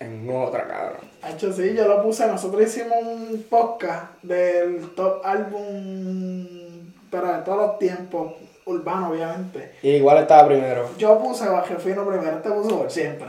S5: en otra, cabrón.
S4: Hacho, sí, yo lo puse. Nosotros hicimos un podcast del top álbum, pero de todos los tiempos, urbano, obviamente.
S5: Y igual estaba primero.
S4: Yo puse Baje Fino primero, te puso por siempre.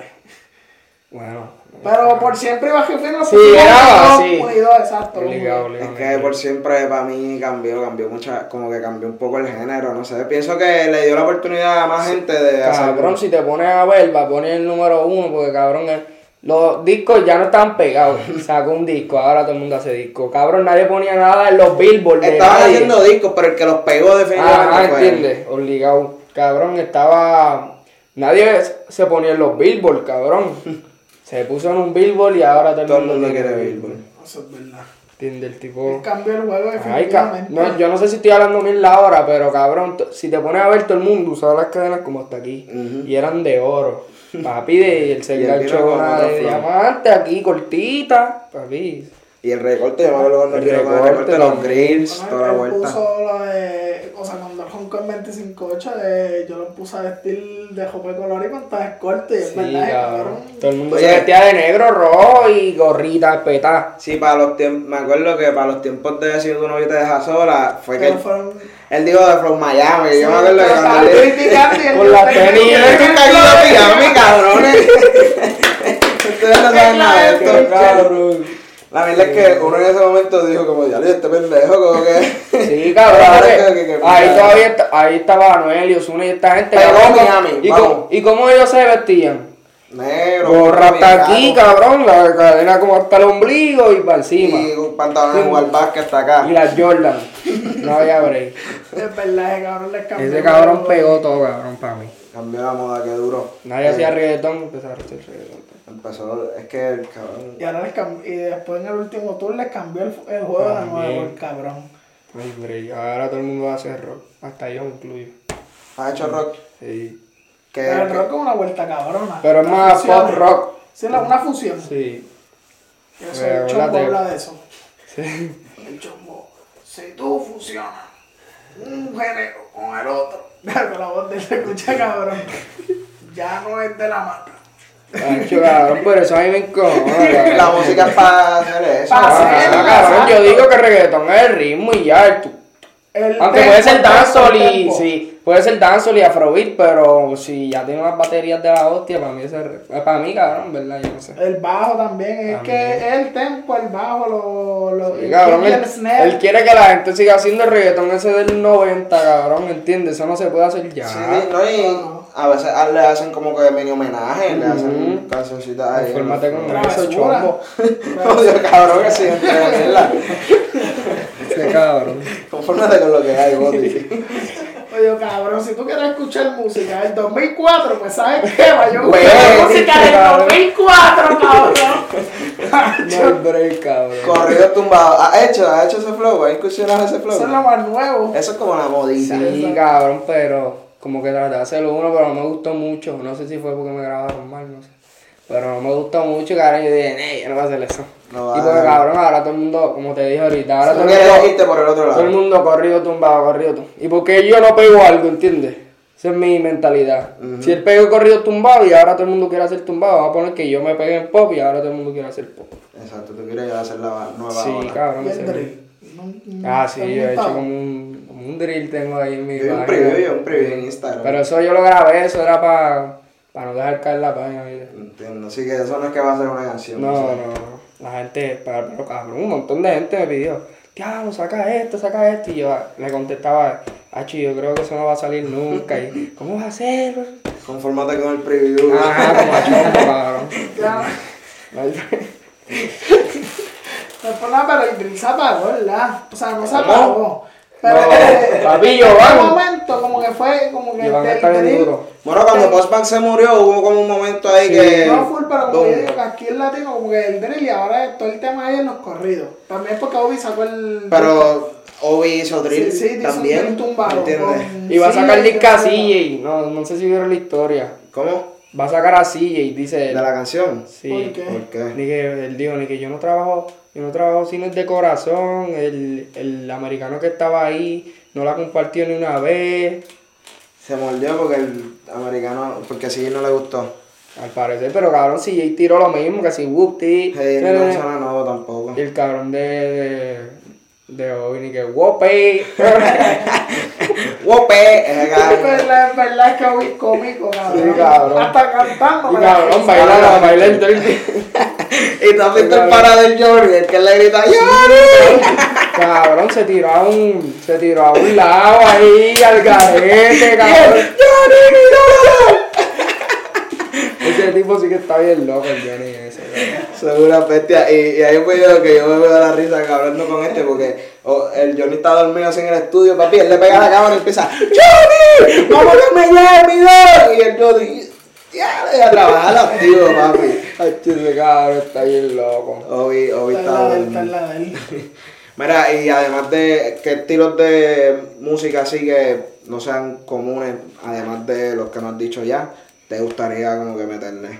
S5: Bueno.
S4: Pero por siempre Baje Fino
S5: Sí,
S4: pusimos
S5: era,
S4: los
S5: sí.
S4: unidos, exacto. los
S5: Obligado,
S4: unidos.
S5: obligado.
S3: Es que por siempre para mí cambió, cambió mucha, como que cambió un poco el género, no sé. Pienso que le dio la oportunidad a más gente de hacer.
S5: Cabrón, si te pones a ver, va a poner el número uno, porque cabrón, el- los discos ya no están pegados. Sacó un disco, ahora todo el mundo hace disco. Cabrón, nadie ponía nada en los billboards. de
S3: Estaban
S5: nadie.
S3: haciendo discos, pero el que los pegó definitivamente
S5: Ah,
S3: fue él.
S5: entiende, obligado. Cabrón, estaba. Nadie se ponía en los billboards, cabrón. Se puso en un billboard y ahora todo el
S3: Todo el
S5: mundo,
S3: mundo
S5: tiene
S3: quiere
S5: Billboard.
S3: Billboard.
S4: Eso es verdad.
S5: Entiende, el
S4: Él
S5: tipo.
S4: cambió el juego
S5: Oh. Ay, ca-
S4: definitivamente.
S5: no, yo no sé si estoy hablando mil la hora, pero cabrón, t- si te pones a ver todo el mundo usaba las cadenas como hasta aquí. Y eran de oro. Papi, de, el se
S3: Y él
S5: enganchó
S3: vino con
S5: una
S3: otra
S5: de
S3: flor.
S5: diamante aquí, cortita. Papi.
S3: Y el recorte, yo me acuerdo cuando
S5: El
S3: el recorte, el recorte,
S5: recorte,
S3: los
S5: los
S3: grills,
S4: Bueno,
S3: toda la
S4: él
S3: vuelta.
S4: puso lo de. O sea, cuando el Hong Kong 25 8, eh, yo lo puse a vestir de jope color y pantalones cortos. Y es
S5: Sí,
S4: verdad,
S5: cabrón. Todo
S4: cabrón.
S5: el mundo
S3: Oye.
S5: se vestía de negro, rojo y gorrita, espetada.
S3: Sí, para los tiempos, me acuerdo que para los tiempos de si tu novia te deja sola, fue que
S4: Pero fueron.
S3: él dijo de From Miami, yo me
S4: Sí,
S3: acuerdo que
S4: pero
S3: cuando
S4: estaban
S3: le
S4: criticando y él
S5: Con
S4: dijo,
S5: la
S4: "Tengo que
S5: tenis".
S4: ver
S3: ¡Esto
S4: con
S3: es caído
S4: la
S3: de
S4: tenis".
S3: Miami, cabrones! Ustedes no saben nada de esto, cabrón. La verdad es que uno en ese momento dijo como, ya, este pendejo, como que...
S5: Sí, cabrón.
S3: Ahora que- que- que-
S5: ahí todavía está- ahí estaba Anuel y Osuna y esta gente.
S3: Pero
S5: cabrón,
S3: Miami,
S5: ¿Y,
S3: vamos.
S5: cómo, ¿Y cómo ellos se vestían?
S3: Negro.
S5: Gorra hasta aquí,
S3: dominicano,
S5: cabrón. La cadena como hasta el ombligo y para encima.
S3: Y un pantalón de jugar básquet hasta acá.
S5: Y las Jordan. No había break.
S4: Es verdad, ese cabrón le cambió.
S5: Ese cabrón pegó todo, cabrón, para mí.
S3: Cambió la moda, qué duro. Eh,
S5: Nadie hacía reggaetón, empezó a hacer reggaetón.
S3: Empezó, es que el cabrón...
S4: Y ahora les cam- y después en el último tour le cambió el, el juego de nuevo, el cabrón.
S5: Ay, break. Ahora todo el mundo hace rock. Hasta yo incluyo.
S3: Ha hecho rock.
S5: Sí.
S3: Que,
S4: Pero el
S3: Eh, que-
S4: rock es una vuelta cabrona.
S5: Pero es más
S4: Fusiones.
S5: pop rock.
S4: Sí, la- una fusión.
S5: Sí.
S4: Eso,
S5: Pero,
S4: el chombo
S5: acuérdate.
S4: habla de eso.
S5: Eh, Sí.
S4: El chombo, si tú fusionas un género con el otro, con la voz de él se escucha cabrón, ya no es de la mata.
S5: Nacho, cabrón, por eso a mí me incomoda. cabrón.
S3: La música es para hacer eso.
S4: Pa'
S3: para
S5: Ah,
S4: hacer,
S3: hacer-
S5: cabrón, yo
S4: exacto.
S5: digo que reggaetón es el ritmo y ya. el tu-
S4: El
S5: Aunque
S4: tempo,
S5: puede ser
S4: el tempo,
S5: dancehall
S4: el
S5: y
S4: tempo.
S5: sí, puede ser dancehall y afrobeat, pero si ya tiene unas baterías de la hostia, para mí ese re- para mí, cabrón, verdad, yo no sé.
S4: El bajo también, es
S5: También.
S4: que el tempo, el bajo, lo, lo,
S5: Sí, cabrón,
S4: kick y
S5: él, él quiere que la gente siga haciendo el reggaetón ese del 90, cabrón, ¿entiendes? Eso no se puede hacer ya.
S3: Sí, no, y a veces a- le hacen como que mini homenaje, le hacen cancioncitas ahí.
S5: Confórmate con
S4: Travesura.
S5: eso, chombo.
S3: Odio, cabrón, que sí, entre la mierda.
S5: Ese cabrón.
S3: Confórmate con lo que hay, Boti.
S4: Oye, cabrón, si tú quieres escuchar música del 2004, pues ¿sabes qué? va? Yo
S3: Güey,
S4: escucho música del
S5: cabrón.
S4: 2004, cabrón.
S5: No hay break, cabrón.
S3: Corrido tumbado. ¿Ha hecho, ha hecho ese flow? ¿Ha incursionado ese flow?
S4: Eso es lo más nuevo.
S3: Eso es como la modita.
S5: Sí, cabrón, pero como que traté de hacerlo uno, pero no me gustó mucho. No sé si fue porque me grabaron mal, no sé. Pero no me gustó mucho, cabrón. Yo dije, "Ney, yo no voy a hacer eso.
S3: No
S5: y
S3: va,
S5: porque,
S3: no.
S5: cabrón, ahora todo el mundo, como te dije ahorita, ahora
S3: Ahora
S5: todo
S3: tú
S5: el
S3: quieres
S5: mundo,
S3: irte por el otro
S5: todo el
S3: lado.
S5: mundo corrido, tumbado, corrido, tumbado. ¿Y porque yo no pego algo, entiendes? Esa es mi mentalidad. Si él pegó corrido tumbado y ahora todo el mundo quiere hacer tumbado, vamos a poner que yo me pegué en pop y ahora todo el mundo quiere hacer pop.
S3: Exacto, tú quieres hacer la nueva
S5: Sí,
S3: ola.
S5: cabrón.
S4: Y
S5: ese
S4: el
S5: es mi-
S4: drill. No- no-
S5: Ah, sí,
S4: no
S5: yo he hecho
S4: gustaba.
S5: como un, como un drill, tengo ahí en mi
S3: Yo vi un
S5: página.
S3: preview, yo vi un preview en Instagram.
S5: Pero eso yo lo grabé, eso era para no dejar caer la página, ¿viste?
S3: Entiendo, así que eso no es que va a ser una canción.
S5: No,
S3: o
S5: no,
S3: sea.
S5: no. La gente, pero, pero, cabrón, un montón de gente me pidió, diablo, saca esto, saca esto. Y yo ah, le contestaba, Achi, yo creo que eso no va a salir nunca. Y, ¿cómo vas a hacer?
S3: Confórmate con el preview.
S5: Ajá, como a chombo, cabrón.
S4: Ya. Después no, pero el drill se apagó, ¿verdad? O sea, no se apagó. Pero
S5: No, papi,
S4: en
S5: Giovanni.
S4: un momento como que fue como que
S5: Y van a
S4: el
S5: estar bien
S4: drill-
S5: duro.
S3: Bueno, cuando Postbank se murió, hubo como un momento ahí
S5: Sí.
S3: que.
S4: No full, pero como
S3: Boom.
S4: yo digo que aquí en latino, como que el drill y ahora es todo el tema ahí en los corridos. También porque Obi sacó el.
S3: Pero Obi hizo drill
S4: Sí, sí, hizo un
S3: también.
S4: drill tumbado,
S3: ¿Entiendes?
S4: con-
S5: Y va a
S4: Sí,
S5: sacar
S4: yo
S5: disca a
S4: creo que
S5: CJ, no, no sé si vieron la historia.
S3: ¿Cómo?
S5: Va a sacar a CJ, dice
S3: De
S5: él.
S3: la canción.
S5: Sí.
S4: ¿Por qué?
S3: ¿Por qué?
S5: Ni que él dijo, ni que yo no trabajo, yo no trabajo cines de corazón, el, el americano que estaba ahí no la compartió ni una vez.
S3: Se mordió porque el americano. Porque a Sigil no le gustó.
S5: Al parecer, pero cabrón, si Jay tiró lo mismo, que si Whoopty.
S3: Eh, no suena nuevo tampoco.
S5: Y el cabrón de. de, de hoy, ni que Whopey.
S3: ¡Wope! Ese
S4: En
S3: cabrón.
S4: verdad, pues, en verdad es que hoy es cómico, cabrón.
S5: Sí, cabrón.
S4: Hasta cantando.
S5: y
S4: me la
S5: cabrón,
S4: risa.
S5: baila, baila el turkey.
S3: Y tú has visto el para del Jordi, el que le grita ¡Jordi!
S5: Cabrón, se tiró a un. Se tiró a un lado ahí, al garete, cabrón. Ese tipo sí que está bien loco, el Johnny ese. cabrón.
S3: Son una bestia. Y, y hay un video que yo me veo la risa que hablando con este porque oh, el Johnny está dormido así en el estudio, papi. Él le pega la cámara y empieza, ¡Johnny! ¡Vamos a me ya el video! Y el Johnny, ¡ya! le a trabajar activo, papi.
S5: Ay, ese cabrón está bien loco.
S3: Obi, Obi
S4: Está
S3: está
S4: en la de él, está
S3: dormido.
S4: en la de él.
S3: Mira, y además de, ¿qué estilos de música así que no sean comunes, además de los que nos has dicho ya, te gustaría como que meterle?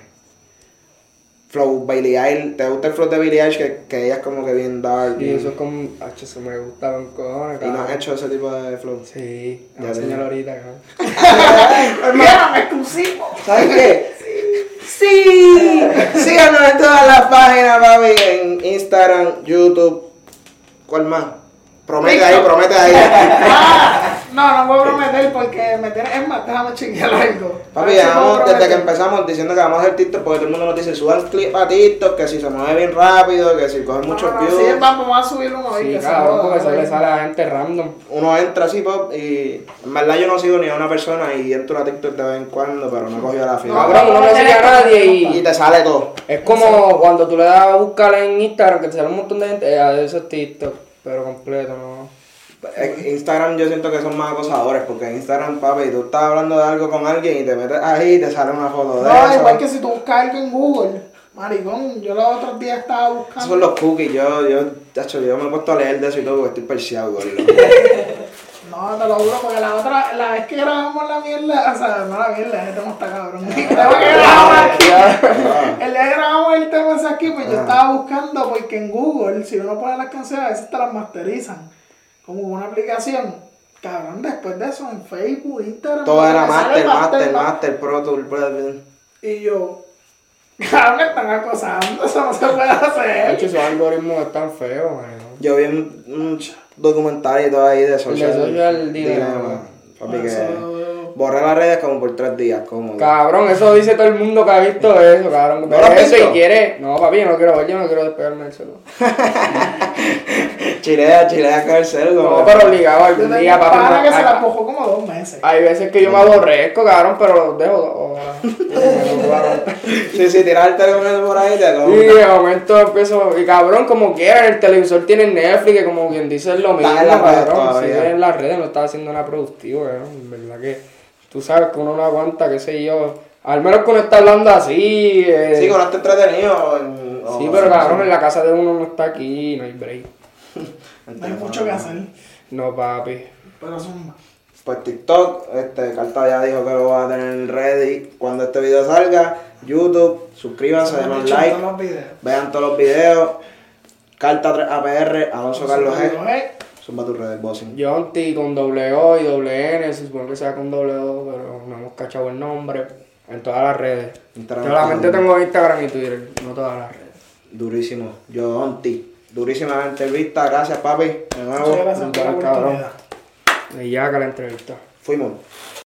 S3: Flow Billie Eilish, ¿te gusta el flow de Billie Eilish? Que, que ella es como que bien dark.
S5: Y eso es como. H, se me gusta con cojones,
S3: Y no has
S5: cabrón.
S3: hecho ese tipo de flow.
S5: Sí,
S3: Ya
S5: ya
S3: te-
S5: señalo ahorita, cabrón.
S4: Hermano, me exclusivo.
S3: ¿Sabes qué? Sí. Síganos en todas las páginas, papi, en Instagram, YouTube. ¿Cuál más? Promete ahí, promete ahí.
S4: Ah, no, no voy a prometer porque me tiene- Es más, déjame chequear algo.
S3: Papi,
S4: A ver si puedo
S3: llevamos desde que
S4: prometer.
S3: empezamos diciendo que vamos a hacer TikTok porque todo el mundo nos dice suba el clip a TikTok, que si se mueve bien rápido, que si coge muchos
S4: no, no,
S3: views.
S4: Ah, sí, vamos, vamos a subir uno hoy.
S5: Sí,
S4: que se
S5: cabrón,
S4: joda,
S5: porque eso
S4: ¿no?
S5: le sale a gente random.
S3: Uno entra así, pop, y en verdad yo no sigo ni a una persona y entro a TikTok de vez en cuando, pero no he cogido la fila.
S5: Cabrón, uno no sigue a nadie
S3: Y
S5: y.
S3: te sale todo.
S5: Es como cuando tú le das a buscar en Instagram que te sale un montón de gente. eh, a eso es TikTok, pero completo, ¿no?
S3: Eh, Instagram yo siento que son más acosadores porque en Instagram, papi, tú estás hablando de algo con alguien y te metes ahí y te sale una foto de
S4: No,
S3: eso.
S4: igual que si tú buscas algo en Google. Maricón, yo los otros días estaba buscando.
S3: Esos son los cookies, yo, yo, tacho, yo me he puesto a leer de eso y todo porque estoy perseado, gordo.
S4: No, te lo juro, porque la otra, la vez que grabamos la mierda, o sea, no la mierda, este tema está cabrón. El día que grabamos aquí- el día que grabamos el tema ese aquí, pues
S3: Ah.
S4: yo estaba buscando, porque en Google, si uno pone las canciones, a veces te las masterizan, como una aplicación. Cabrón, después de eso, en Facebook, Instagram,
S3: todo era
S4: me sale
S3: master, master,
S4: ma-
S3: master, pro tour, bla, bla, bla.
S4: Y yo, cabrón, me están acosando, eso no se puede
S5: De
S4: hacer.
S5: hecho, esos algoritmos están feos, man.
S3: Yo vi un, un ch- documental y todo ahí de social,
S5: Social Dilemma. Ah,
S3: Papi, que
S4: Eso-
S3: borré las redes como por tres días, como.
S5: Cabrón, eso dice todo el mundo que ha visto eso, cabrón.
S3: ¿No lo has
S5: Eso
S3: visto?
S5: y quiere. No, papi, yo no quiero ver, yo no quiero despegarme del celular.
S3: Chilea, chilea con el celu, como-
S5: No, pero obligado
S4: Yo tengo
S5: algún día,
S4: un
S5: papi.
S4: pana que
S5: no-
S4: se
S5: hay-
S4: la pojó como dos meses.
S5: Hay veces que yo me aborrezco, cabrón, pero los dejo. dos horas. Y
S3: Sí, sí, tirar el teléfono por ahí te lo.
S5: de momento empiezo, y cabrón, como quiera, en el televisor tiene Netflix, que como quien dice es lo mismo,
S3: en las redes
S5: cabrón. Sí,
S3: todavía.
S5: en las redes no está haciendo nada productivo, cabrón. En verdad que tú sabes que uno no aguanta, qué sé yo. Al menos que uno está hablando así. eh,
S3: Sí, con este entretenido. en- o-
S5: sí, pero cabrón, en la casa de uno no está aquí, no hay break.
S4: No hay mucho que hacer,
S5: No, papi.
S4: pero son más.
S3: Pues TikTok, este, Carta ya dijo que lo va a tener ready cuando este video salga. YouTube, suscríbanse,
S4: Me han
S3: denle
S4: dicho en
S3: like,
S4: todos los videos.
S3: vean todos los videos. Carta 3 APR, Alonso Carlos E. G.
S4: Eh,
S3: Suma tu red, bossing.
S5: Yonti con doble O y doble N, se supone que sea con doble O, pero no hemos cachado el nombre en todas las redes.
S3: Instagram.
S5: Solamente tengo Instagram y Twitter, no todas las redes.
S3: Durísimo. Yo, Onti. Durísima la entrevista. Gracias, papi. De nuevo.
S4: Muchas gracias por la
S5: Cabrón.
S4: oportunidad.
S5: Y ya que la entrevista.
S3: Fuimos.